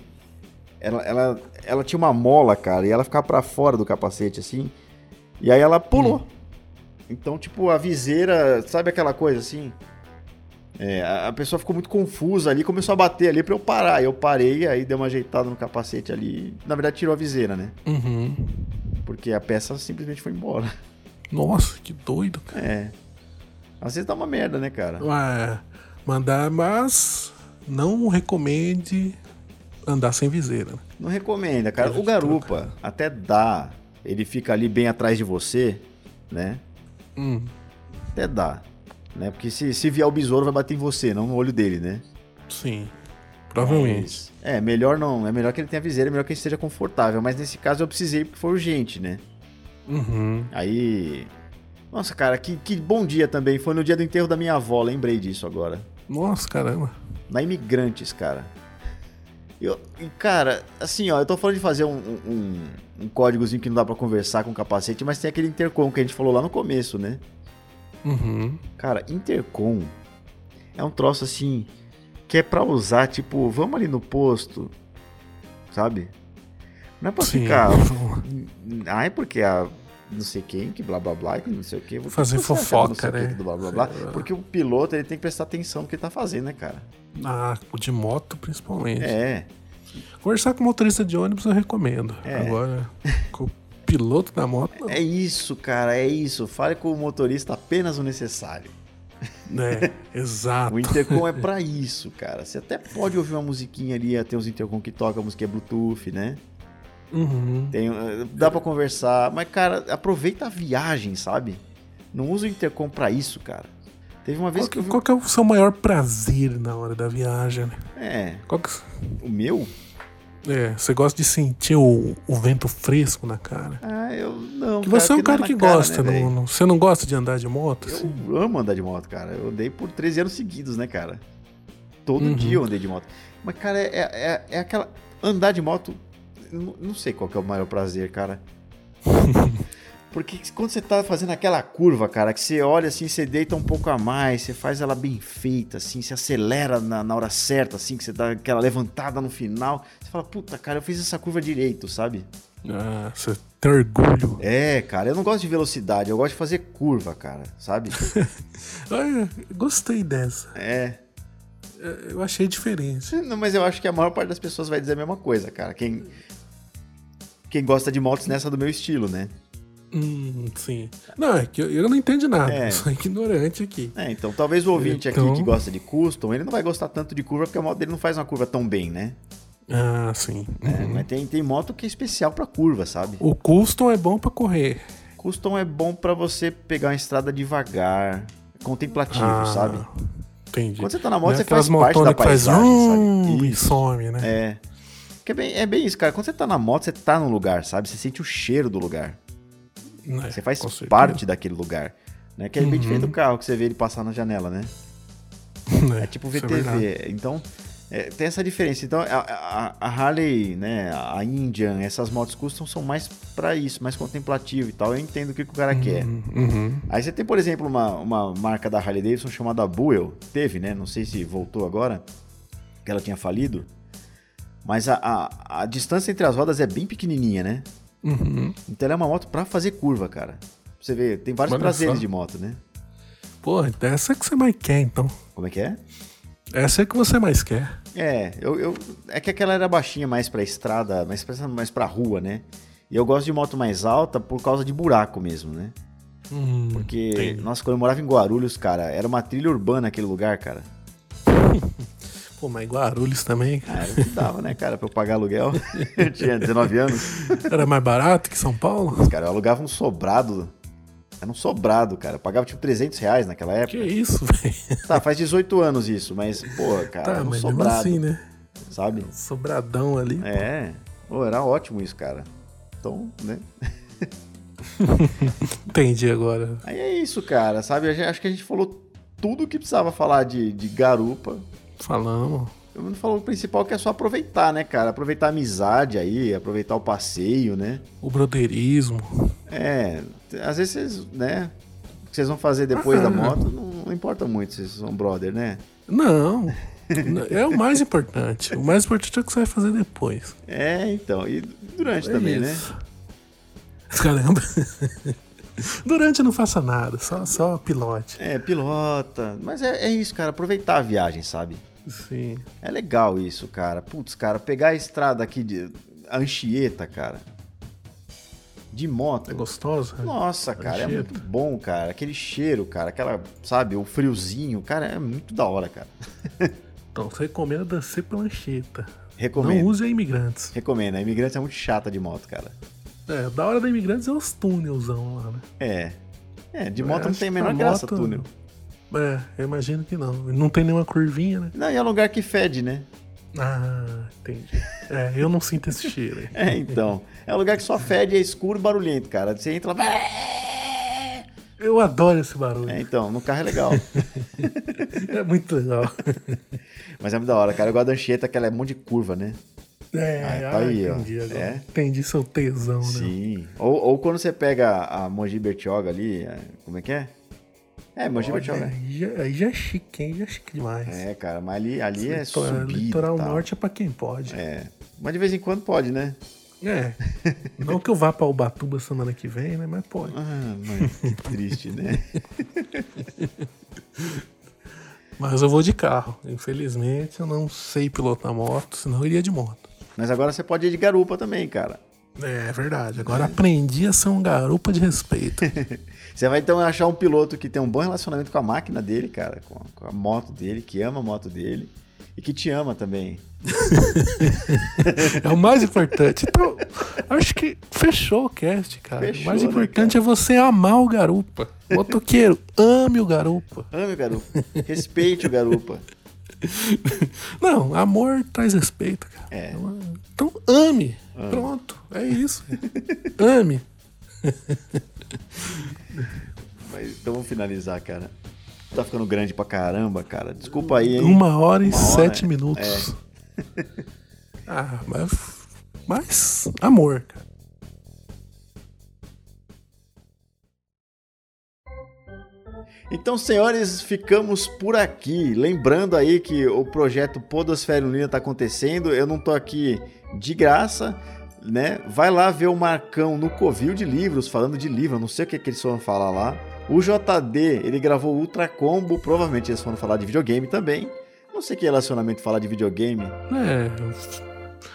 S1: ela, ela, ela tinha uma mola, cara, e ela ficava pra fora do capacete assim, e aí ela pulou. Então, tipo, a viseira, sabe aquela coisa assim? É, a a pessoa ficou muito confusa ali, começou a bater ali pra eu parar. Eu parei, aí dei uma ajeitada no capacete ali. Na verdade, tirou a viseira, né?
S2: Uhum.
S1: Porque a peça simplesmente foi embora.
S2: Nossa, que doido, cara.
S1: É. Às vezes dá uma merda, né, cara?
S2: Ué, mandar, mas não recomende andar sem viseira. né?
S1: Não recomenda, cara.
S2: Eu vou
S1: O
S2: te
S1: garupa até dá. Ele fica ali bem atrás de você, né?
S2: Hum,
S1: Até dá. Né? Porque se, se vier o besouro, vai bater em você, não no olho dele, né?
S2: sim. Tá Provavelmente.
S1: Mas- É, melhor não. É melhor que ele tenha viseira, é melhor que ele esteja confortável. Mas nesse caso eu precisei porque foi urgente, né?
S2: Uhum.
S1: Aí. Nossa, cara, que, que bom dia também. Foi no dia do enterro da minha avó, lembrei disso agora.
S2: Nossa, caramba.
S1: na Imigrantes, cara. Eu, e, cara, assim, ó, eu tô falando de fazer um, um- um códigozinho que não dá pra conversar com capacete, mas tem aquele intercom que a gente falou lá no começo, né?
S2: Uhum.
S1: Cara, intercom é um troço assim que é pra usar, tipo, vamos ali no posto, sabe? Não é pra
S2: Sim.
S1: ficar. "Hum, Ai, porque a não sei quem, que blá blá blá, que não sei o que.
S2: Fazer fofoca, né?
S1: blá, blá, blá.
S2: Sei lá.
S1: Porque o piloto ele tem que prestar atenção no que ele tá fazendo, né, cara?
S2: Ah, de moto principalmente.
S1: É.
S2: Conversar com motorista de ônibus eu recomendo.
S1: É.
S2: Agora, com o piloto da moto, não.
S1: É isso, cara, é isso. Fale com o motorista apenas o necessário.
S2: É, exato.
S1: O intercom é pra isso, cara. Você até pode ouvir uma musiquinha ali, tem uns intercom que toca, a música é Bluetooth, né?
S2: Uhum.
S1: Tem, eh, dá pra conversar, mas cara, aproveita a viagem, sabe? Não usa o intercom pra isso, cara. Teve uma vez
S2: Qual,
S1: que eu
S2: que,
S1: vi...
S2: qual que é o seu maior prazer na hora da viagem? né?
S1: É,
S2: Qual que,
S1: o meu?
S2: é, você gosta de sentir o, o vento fresco na cara?
S1: Ah, Ah, eu não.
S2: Que você é um
S1: porque
S2: cara
S1: não
S2: que
S1: na cara,
S2: gosta,
S1: né,
S2: não-
S1: velho?
S2: não- você não gosta de andar de moto? assim?
S1: Eu amo andar de moto, cara. Eu andei por 13 anos seguidos, né, cara? Todo
S2: Uhum.
S1: dia eu andei de moto. Mas, cara, é, é, é aquela. Andar de moto. eu Não, não sei qual que é o maior prazer, cara. Porque quando você tá fazendo aquela curva, cara, que você olha assim, você deita um pouco a mais, você faz ela bem feita, assim, você acelera na, na hora certa, assim, que você dá aquela levantada no final. Você fala, puta, cara, eu fiz essa curva direito, sabe?
S2: Ah, você tem orgulho.
S1: É, cara, eu não gosto de velocidade, eu gosto de fazer curva, cara, sabe?
S2: Ah, gostei dessa.
S1: É.
S2: Eu achei diferente.
S1: Não, mas eu acho que a maior parte das pessoas vai dizer a mesma coisa, cara. Quem, quem gosta de motos nessa do meu estilo, né?
S2: Hum, sim. Não, é que eu, eu não entendo nada.
S1: É.
S2: Sou ignorante aqui.
S1: É, então talvez o ouvinte
S2: Então-
S1: aqui que gosta de custom, ele não vai gostar tanto de curva porque a moto dele não faz uma curva tão bem, né?
S2: Ah, sim.
S1: É, mas tem, tem moto que é especial pra curva, sabe?
S2: O custom é bom pra correr.
S1: Custom é bom pra você pegar uma estrada devagar, contemplativo,
S2: Ah,
S1: Tipo, sabe?
S2: Entendi.
S1: Quando você tá na moto,
S2: Não é
S1: você
S2: aquelas
S1: faz parte
S2: motona
S1: da
S2: que faz
S1: paisagem,
S2: "Hum",
S1: sabe?
S2: E some, né?
S1: É. Que é, bem, é bem isso, cara. Quando você tá na moto, você tá no lugar, sabe? Você sente o cheiro do lugar.
S2: Né,
S1: É, Você faz
S2: com certeza.
S1: parte daquele lugar. Né? Que é bem
S2: Uhum.
S1: diferente do carro que você vê ele passar na janela, né?
S2: Né,
S1: É tipo
S2: isso verdade.
S1: VTV. então, é, tem essa diferença. Então, a, a- a Harley, né, a Indian, essas motos custom são mais pra isso, mais contemplativo e tal. Eu entendo o que, é. que o cara quer.
S2: Hum, uhum.
S1: Aí você tem, por exemplo, uma, uma marca da Harley Davidson chamada Buell. Teve, né? Não sei se voltou agora, que ela tinha falido. Mas a, a, a distância entre as rodas é bem pequenininha, né?
S2: Uhum.
S1: Então ela é uma moto pra fazer curva, cara. Você vê, tem vários
S2: Olha
S1: prazeres
S2: só.
S1: de moto, né?
S2: Pô, essa é que você mais quer, então.
S1: Como é que é?
S2: Essa é que você mais quer.
S1: É, eu, eu- é que aquela era baixinha mais pra estrada, mais pra, mais pra rua, né? E eu gosto de moto mais alta por causa de buraco mesmo, né?
S2: Hum,
S1: Porque,
S2: entendi.
S1: nossa, quando eu morava em Guarulhos, cara, era uma trilha urbana aquele lugar, cara.
S2: Pô, mas Guarulhos também
S1: Ah, era o que dava, né, cara, pra eu pagar aluguel. eu tinha 19 anos.
S2: era mais barato que São Paulo?
S1: Cara, eu alugava um sobrado. Era um sobrado, cara. Eu pagava tipo 300 reais naquela
S2: Que
S1: época.
S2: isso, velho.
S1: Tá, faz 18 anos isso, mas, pô, cara,
S2: Tá,
S1: era um
S2: mas mesmo
S1: sobrado,
S2: assim, né?
S1: sabe?
S2: Sobradão ali.
S1: É, pô, era ótimo isso, cara. Então, né?
S2: Entendi agora.
S1: Aí é isso, cara, sabe? A gente- acho que a gente falou tudo o que precisava falar de, de garupa.
S2: Falamos.
S1: Eu não falou o principal que é só aproveitar, né, cara? Aproveitar a amizade aí, aproveitar o passeio, né?
S2: O broderismo.
S1: É, t- às vezes vocês, né? O que vocês vão fazer depois da moto não, não importa muito se vocês são brother, né?
S2: Não. é o mais importante. O mais importante é o que você vai fazer depois.
S1: É, então. E durante
S2: É
S1: também, né?
S2: isso. Caramba. Durante não faça nada, só, só pilote.
S1: É, pilota. Mas é, é isso, cara. Aproveitar a viagem, sabe?
S2: Sim.
S1: É legal isso, cara. Putz, cara, pegar a estrada aqui de Anchieta, cara. De moto.
S2: É gostoso?
S1: Nossa, cara, é
S2: Anchieta.
S1: muito bom, cara. Aquele cheiro, cara, aquela, sabe, o friozinho, cara, é muito da hora, cara.
S2: Então, você recomenda descer pela Anchieta. Não
S1: Recomendo.
S2: use a imigrantes.
S1: Recomendo. A imigrante é muito chata de moto, cara.
S2: É, da hora da imigrantes é os túnelzão lá, né?
S1: É. É, de
S2: Eu
S1: moto não
S2: acho
S1: tem a
S2: que
S1: menor
S2: pra né?
S1: graça,
S2: moto-
S1: túnel.
S2: É, eu imagino que não. Não tem nenhuma curvinha, né?
S1: Não, e é lugar que fede, né?
S2: Ah, entendi. É, eu não sinto esse cheiro aí.
S1: É, então. É um lugar que só fede, é escuro e barulhento, cara. Você entra lá.
S2: Eu adoro esse barulho.
S1: É,
S2: É,
S1: então, no carro é legal.
S2: muito legal.
S1: Mas é muito da hora, cara. Eu gosto da Anchieta, que ela é um monte de curva, né?
S2: É,
S1: Ah,
S2: ah,
S1: tá aí, ó.
S2: entendi agora.
S1: É.
S2: Entendi seu tesão, né?
S1: Sim. Ou, ou quando você pega a Mogi Bertioga ali, é- como é que é? É, Mogi
S2: Olha,
S1: Bertioga.
S2: Aí já, aí já é chique, hein? Já é chique demais.
S1: É, cara, mas ali, ali é
S2: Litoral-
S1: subida e
S2: Litoral
S1: tal.
S2: norte é pra quem pode. É.
S1: É. Mas de vez em quando pode, né?
S2: Não que eu vá pra Ubatuba semana que vem, né? Mas pode.
S1: Ah, mano, que triste, né?
S2: Mas eu vou de carro. Infelizmente, eu não sei pilotar moto, senão eu iria de moto.
S1: Mas agora você pode ir de garupa também, cara.
S2: É verdade. Agora aprendi a ser um garupa de respeito.
S1: Você vai então achar um piloto que tem um bom relacionamento com a máquina dele, cara, com a, com a moto dele, que ama a moto dele e que te ama também.
S2: É o mais importante. Então, acho que fechou o cast, cara. o
S1: Fechou,
S2: mais
S1: né,
S2: importante é você amar o garupa. Motoqueiro, ame o garupa.
S1: Ame o garupa, respeite o garupa.
S2: Não, amor traz respeito, cara.
S1: É.
S2: Então ame. Pronto, é isso. ame.
S1: Mas então vamos finalizar, cara. Tá ficando grande pra caramba, cara. Desculpa aí, hein?
S2: Uma hora e
S1: Uma hora,
S2: sete
S1: é.
S2: minutos. ah, mas. Mas. Amor, cara.
S1: Então, senhores, ficamos por aqui. Lembrando aí que o projeto Podosfera Unida está acontecendo. Eu não tô aqui de graça, né? Vai lá ver o Marcão no Covil de Livros, falando de livro. Eu não sei o que, que eles foram falar lá. O JD, ele gravou Ultra Combo. Provavelmente eles foram falar de videogame também. Não sei que relacionamento falar de videogame.
S2: É.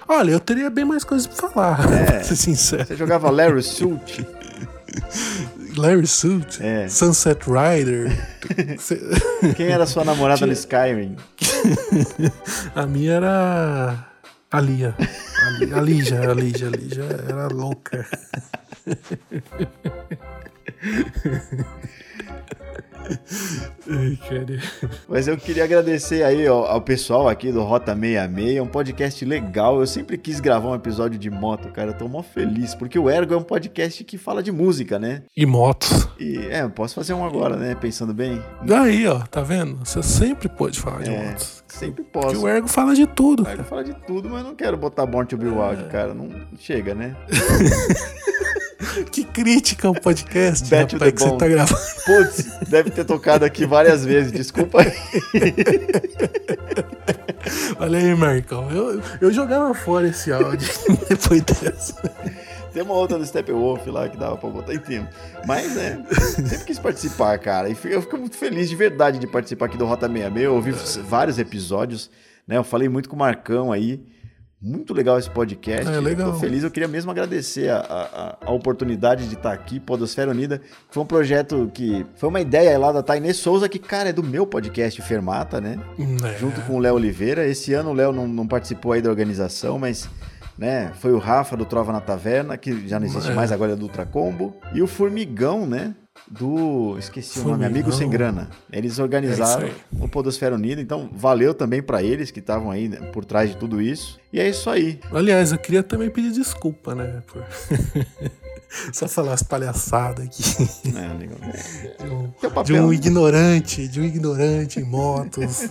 S2: Olha, eu teria bem mais coisas pra falar,
S1: É.
S2: pra ser sincero.
S1: Você jogava Larry Sult?
S2: Larry Suit,
S1: É.
S2: Sunset Rider. Cê-
S1: Quem era sua namorada no Skyrim?
S2: A minha era. A Lia. A Li- A Lígia, a Lígia, a Lígia era louca. Ai, cara.
S1: Mas eu queria agradecer aí ó, ao pessoal aqui do Rota 66, é um podcast legal. Eu sempre quis gravar um episódio de moto, cara. Eu tô mó feliz, porque o Ergo é um podcast que fala de música, né?
S2: E motos.
S1: E é, eu posso fazer um agora, né? Pensando bem.
S2: Daí, ó, tá vendo? Você sempre pôde falar de
S1: É.
S2: motos.
S1: Sempre
S2: Porque
S1: posso.
S2: o Ergo fala de tudo.
S1: O Ergo fala de tudo, mas eu não quero botar Born to Be Wild, cara. Não chega, né?
S2: Que crítica ao podcast,
S1: Back to the
S2: rapaz, que você
S1: bone.
S2: tá gravando.
S1: Putz, deve ter tocado aqui várias vezes, desculpa aí.
S2: Olha aí, Marcão. Eu, eu jogava fora esse áudio depois dessa.
S1: Tem uma outra do Steppenwolf lá que dava pra botar em tempo. Mas, né, sempre quis participar, cara. E fi- eu fico muito feliz de verdade de participar aqui do Rota 66. Eu ouvi
S2: É.
S1: s- vários episódios, né? Eu falei muito com o Marcão aí. Muito legal esse podcast.
S2: É, legal.
S1: Eu tô feliz. Eu queria mesmo agradecer a, a- a oportunidade de estar aqui, Podosfera Unida. Foi um projeto que... Foi uma ideia lá da Tainê Souza, que, cara, é do meu podcast, Fermata, né?
S2: É.
S1: junto com o Léo Oliveira. Esse ano o Léo não, não participou aí da organização, mas né, foi o Rafa do Trova na Taverna, que já não existe
S2: É.
S1: mais, agora é do Ultra Combo. E o Formigão, né? Do. Esqueci o nome,
S2: Formigão.
S1: Amigos Sem Grana. Eles organizaram
S2: É isso
S1: o Podosfera Unida, então valeu também pra eles que estavam aí né, por trás de tudo isso. E é isso aí.
S2: Aliás, eu queria também pedir desculpa, né? Por... Só falar as palhaçadas aqui.
S1: né, legal.
S2: De um,
S1: Teu
S2: de
S1: papel.
S2: um ignorante, de um ignorante em motos.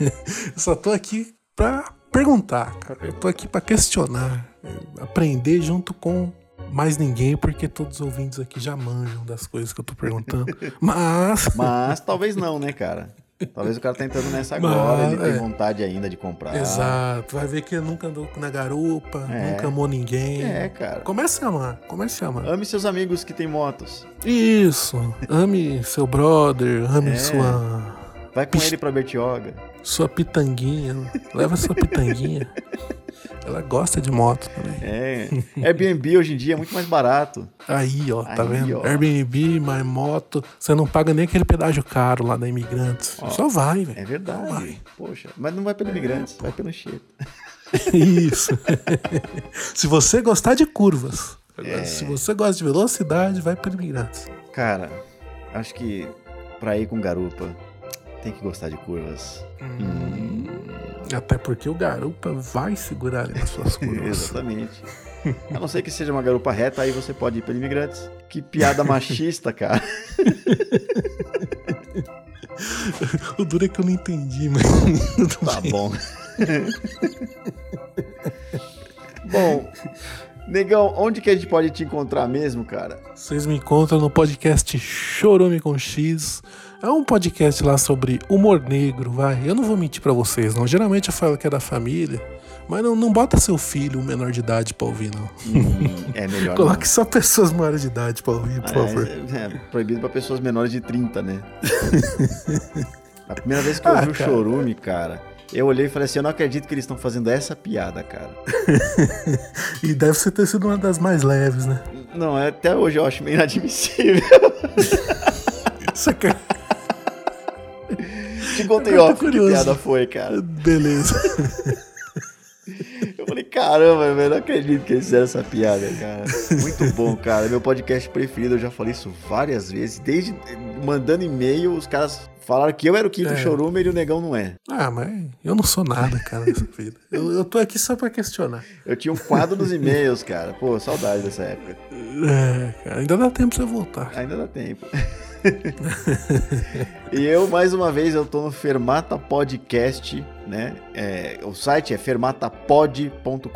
S2: eu só tô aqui pra perguntar, cara. Eu tô aqui pra questionar, eh, aprender junto com mais ninguém, porque todos os ouvintes aqui já manjam das coisas que eu tô perguntando. Mas.
S1: Mas talvez não, né, cara? Talvez o cara tá entrando nessa agora,
S2: Mas,
S1: ele tem
S2: é.
S1: vontade ainda de comprar.
S2: Exato, vai ver que nunca andou na garupa,
S1: Ah. É.
S2: nunca amou ninguém.
S1: É, cara.
S2: Comece a amar, comece a amar.
S1: Ame seus amigos que têm motos.
S2: Isso. Ame seu brother, ame
S1: É.
S2: sua
S1: Vai com ele pra Bertioga.
S2: sua pitanguinha. Leva sua pitanguinha. Ela gosta de moto também.
S1: É. Airbnb hoje em dia é muito mais barato.
S2: Aí, ó, tá
S1: Aí,
S2: vendo?
S1: ó.
S2: Airbnb, mais moto. Você não paga nem aquele pedágio caro lá da Imigrantes. Só vai,
S1: É
S2: velho.
S1: verdade.
S2: Vai.
S1: Poxa, mas não vai pelo imigrantes, vai pelo cheiro.
S2: Isso. se você gostar de curvas.
S1: É.
S2: Agora, Se você gosta de velocidade, vai para Imigrantes.
S1: Cara, acho que pra ir com garupa tem que gostar de curvas.
S2: Até porque o garupa vai segurar ali nas suas curvas.
S1: Exatamente. A não ser que seja uma garupa reta, aí você pode ir pelo imigrantes. Que piada machista, cara.
S2: o duro é que eu não entendi, mas.
S1: Tá bom. bom, negão, onde que a gente pode te encontrar mesmo, cara?
S2: Vocês me encontram no podcast Chorume com X. É um podcast lá sobre humor negro, vai. Eu não vou mentir pra vocês, não. Geralmente eu falo que é da família, mas não, não bota seu filho um menor de idade pra ouvir, não.
S1: é melhor.
S2: Coloque só pessoas maiores de idade pra ouvir, por
S1: Ah,
S2: favor.
S1: É, é proibido pra pessoas menores de 30, né? A primeira vez que eu
S2: Ah,
S1: vi o
S2: cara.
S1: chorume, cara, eu olhei e falei assim: eu não acredito que eles estão fazendo essa piada, cara.
S2: E deve ser ter sido uma das mais leves, né?
S1: Não, é- até hoje eu acho meio inadmissível.
S2: Isso aqui é-
S1: Te contei,
S2: Eu tô
S1: ó, que
S2: curioso.
S1: piada foi, cara.
S2: Beleza.
S1: Eu falei: caramba, velho, não acredito que eles fizeram essa piada, cara. Muito bom, cara. Meu podcast preferido, eu já falei isso várias vezes, desde mandando e-mail, os caras falaram que eu era o quinto
S2: É.
S1: showroomer e o negão não é.
S2: Ah, mas eu não sou nada, cara, nessa vida. Eu, eu tô aqui só pra questionar.
S1: Eu tinha um quadro nos e-mails, cara. Pô, saudade dessa época.
S2: É, cara, ainda dá tempo pra você voltar.
S1: Ainda dá tempo. e eu, mais uma vez, eu tô no Fermata Podcast, né? É, o site é fermatapod.com.br.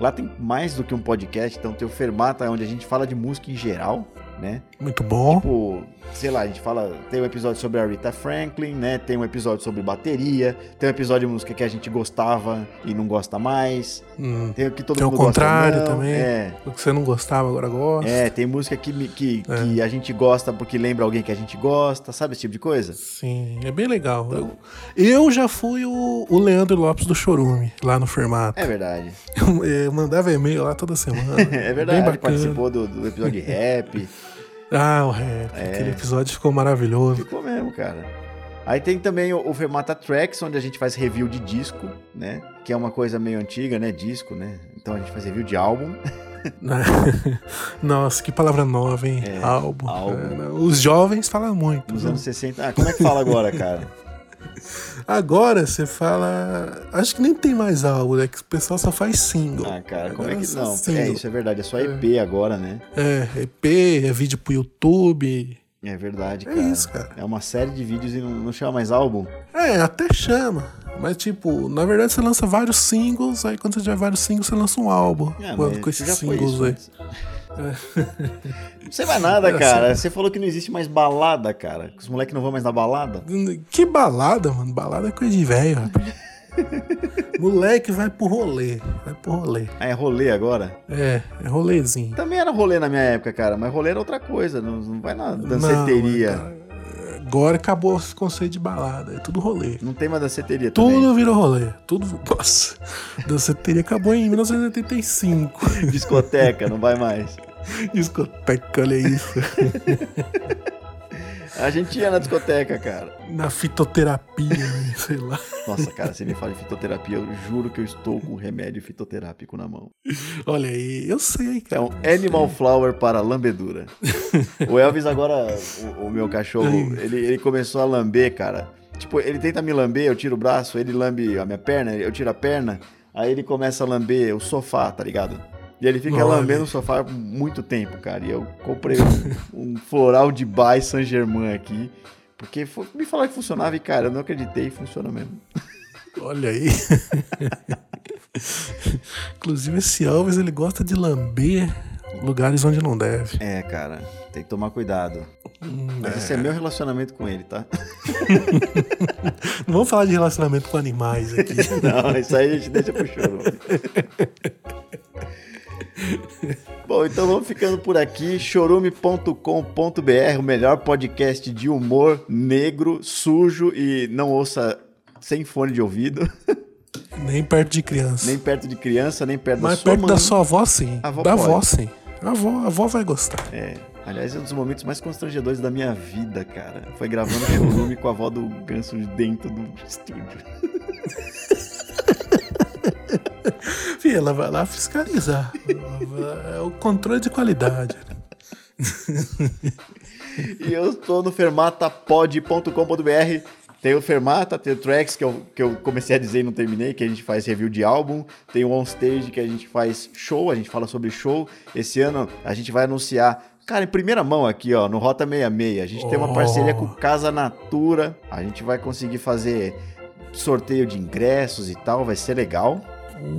S1: Lá tem mais do que um podcast, então tem o Fermata, onde a gente fala de música em geral, né?
S2: Muito bom.
S1: Tipo, sei lá, a gente fala, tem um episódio sobre a Rita Franklin, né? Tem um episódio sobre bateria, tem um episódio de música que a gente gostava e não gosta mais.
S2: Hum,
S1: Tem o que todo
S2: Tem o
S1: mundo gosta,
S2: contrário
S1: não.
S2: também.
S1: É.
S2: o que você não gostava, agora gosta.
S1: É, tem música que, me-
S2: É.
S1: que, que a gente gosta porque lembra alguém que a gente gosta, sabe esse tipo de coisa?
S2: Sim, é bem legal.
S1: Então,
S2: Eu, eu já fui o, o Leandro Lopes do Chorume, lá no formato.
S1: É verdade.
S2: Eu, eu mandava e-mail lá toda semana.
S1: É verdade.
S2: Bem bacana.
S1: Participou do, do episódio de rap.
S2: Ah, o rap.
S1: É.
S2: Aquele episódio ficou maravilhoso.
S1: Ficou mesmo, cara. Aí tem também o, o Fermata Tracks, onde a gente faz review de disco, né? Que é uma coisa meio antiga, né? Disco, né? Então a gente faz review de álbum.
S2: né? Nossa, que palavra nova, hein?
S1: É,
S2: álbum.
S1: álbum.
S2: cara. Os jovens falam muito.
S1: Nos
S2: né?
S1: anos 60. Ah, como é que fala agora, cara?
S2: Agora você fala. Acho que nem tem mais álbum, né? Que o pessoal só faz single.
S1: Ah, cara, como é que.
S2: Agora
S1: Não,
S2: só
S1: é
S2: single.
S1: isso, é verdade. É só EP agora, né?
S2: É, EP, é vídeo pro YouTube.
S1: É verdade,
S2: É
S1: cara.
S2: isso, cara.
S1: É uma série de vídeos e não, não chama mais álbum.
S2: É, até chama. Mas, tipo, na verdade você lança vários singles, aí quando você tiver vários singles, você lança um álbum.
S1: Ah,
S2: com,
S1: mas
S2: com esses
S1: já foi
S2: singles
S1: isso
S2: aí.
S1: antes. Não sei mais nada,
S2: É,
S1: cara. Você falou que não existe mais balada, cara. Que os moleques não vão mais na balada.
S2: Que balada, mano. Balada é coisa de velho, rapaz. Moleque vai pro rolê. Vai pro rolê.
S1: Ah, é rolê agora?
S2: É, é rolezinho.
S1: Também era rolê na minha época, cara. Mas rolê era outra coisa. Não, não vai na danceteria. Não,
S2: Não, agora acabou esse conceito de balada. É tudo rolê.
S1: tem mais danceteria
S2: Tudo virou rolê. Tudo. Nossa. Danceteria acabou em 1985.
S1: também. Discoteca, não vai mais.
S2: Discoteca, olha isso.
S1: A gente ia na discoteca, cara.
S2: Na fitoterapia, né? sei lá.
S1: Nossa, cara, você me fala de fitoterapia, eu juro que eu estou com um remédio fitoterápico na mão.
S2: Olha aí, eu sei, cara.
S1: Então, Animal Flower para lambedura. o Elvis agora, o, o meu cachorro, ele, ele começou a lamber, cara. Tipo, ele tenta me lamber, eu tiro o braço, ele lambe a minha perna, eu tiro a perna, aí ele começa a lamber o sofá, tá ligado? E ele fica
S2: Olha.
S1: lambendo o sofá por muito tempo, cara. E eu comprei um, um floral de Bai Saint Germain aqui. Porque fo- me falaram que funcionava e, cara, eu não acreditei e funciona mesmo.
S2: Olha aí. Inclusive, esse Alves, ele gosta de lamber lugares onde não deve.
S1: É, cara, tem que tomar cuidado.
S2: Hum,
S1: Mas
S2: é.
S1: esse é meu relacionamento com ele, tá?
S2: Não vamos falar de relacionamento com animais aqui.
S1: Não, isso aí a gente deixa pro choro. Bom, então vamos ficando por aqui. chorume.com.br, o melhor podcast de humor negro, sujo e não ouça sem fone de ouvido,
S2: Nem perto de criança.
S1: nem perto de criança, nem perto da
S2: Mas
S1: sua
S2: perto
S1: mãe.
S2: da sua avó, sim.
S1: A avó
S2: da
S1: pode.
S2: avó, sim. A avó, a avó vai gostar.
S1: É. Aliás, é um dos momentos mais constrangedores da minha vida, cara. Foi gravando chorume com a avó do ganso de dentro do estúdio.
S2: Fih, ela vai lá fiscalizar. é o controle de qualidade.
S1: E eu estou no fermatapod.com.br. Tem o Fermata, tem o Tracks, que eu, que eu comecei a dizer e não terminei, que a gente faz review de álbum. Tem o Onstage, que a gente faz show, a gente fala sobre show. Esse ano a gente vai anunciar, cara, em primeira mão aqui, ó, no Rota 66. A gente tem uma
S2: Oh.
S1: parceria com Casa Natura. A gente vai conseguir fazer sorteio de ingressos e tal, vai ser legal.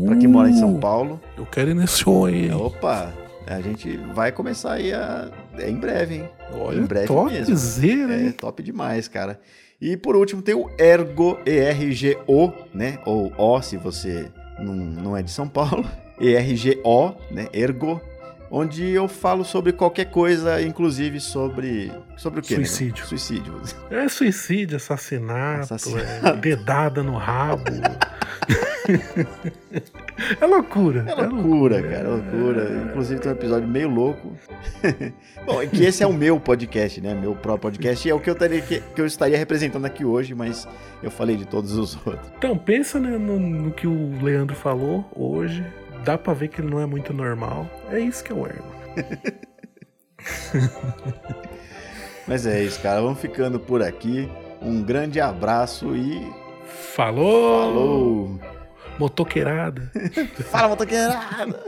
S1: Pra quem mora em
S2: Uh.
S1: São Paulo. É
S2: Eu quero ir nesse show aí. hein?
S1: Opa, a gente vai começar aí a... é em breve, hein?
S2: Olha,
S1: em breve
S2: topzera,
S1: É
S2: hein?
S1: top demais, cara. E por último tem o Ergo, E-R-G-O, né? Ou O, se você não, não é de São Paulo. E-R-G-O, né? Ergo. Onde eu falo sobre qualquer coisa, inclusive sobre. Sobre o quê? né?
S2: Suicídio.
S1: Suicídio.
S2: É suicídio, assassinato,
S1: Assassinato.
S2: é dedada no rabo. é loucura.
S1: É loucura, cara, é loucura. Inclusive tem um episódio meio louco. Bom, é que esse é o meu podcast, né? Meu próprio podcast. E é o que eu, estaria, que, que eu estaria representando aqui hoje, mas eu falei de todos os outros.
S2: Então, pensa né, no, no que o Leandro falou hoje. Dá pra ver que ele não é muito normal. É isso que eu ergo.
S1: Mas é isso, cara. Vamos ficando por aqui. Um grande abraço e.
S2: Falou!
S1: Falou!
S2: Motoqueirada.
S1: Fala, motoqueirada!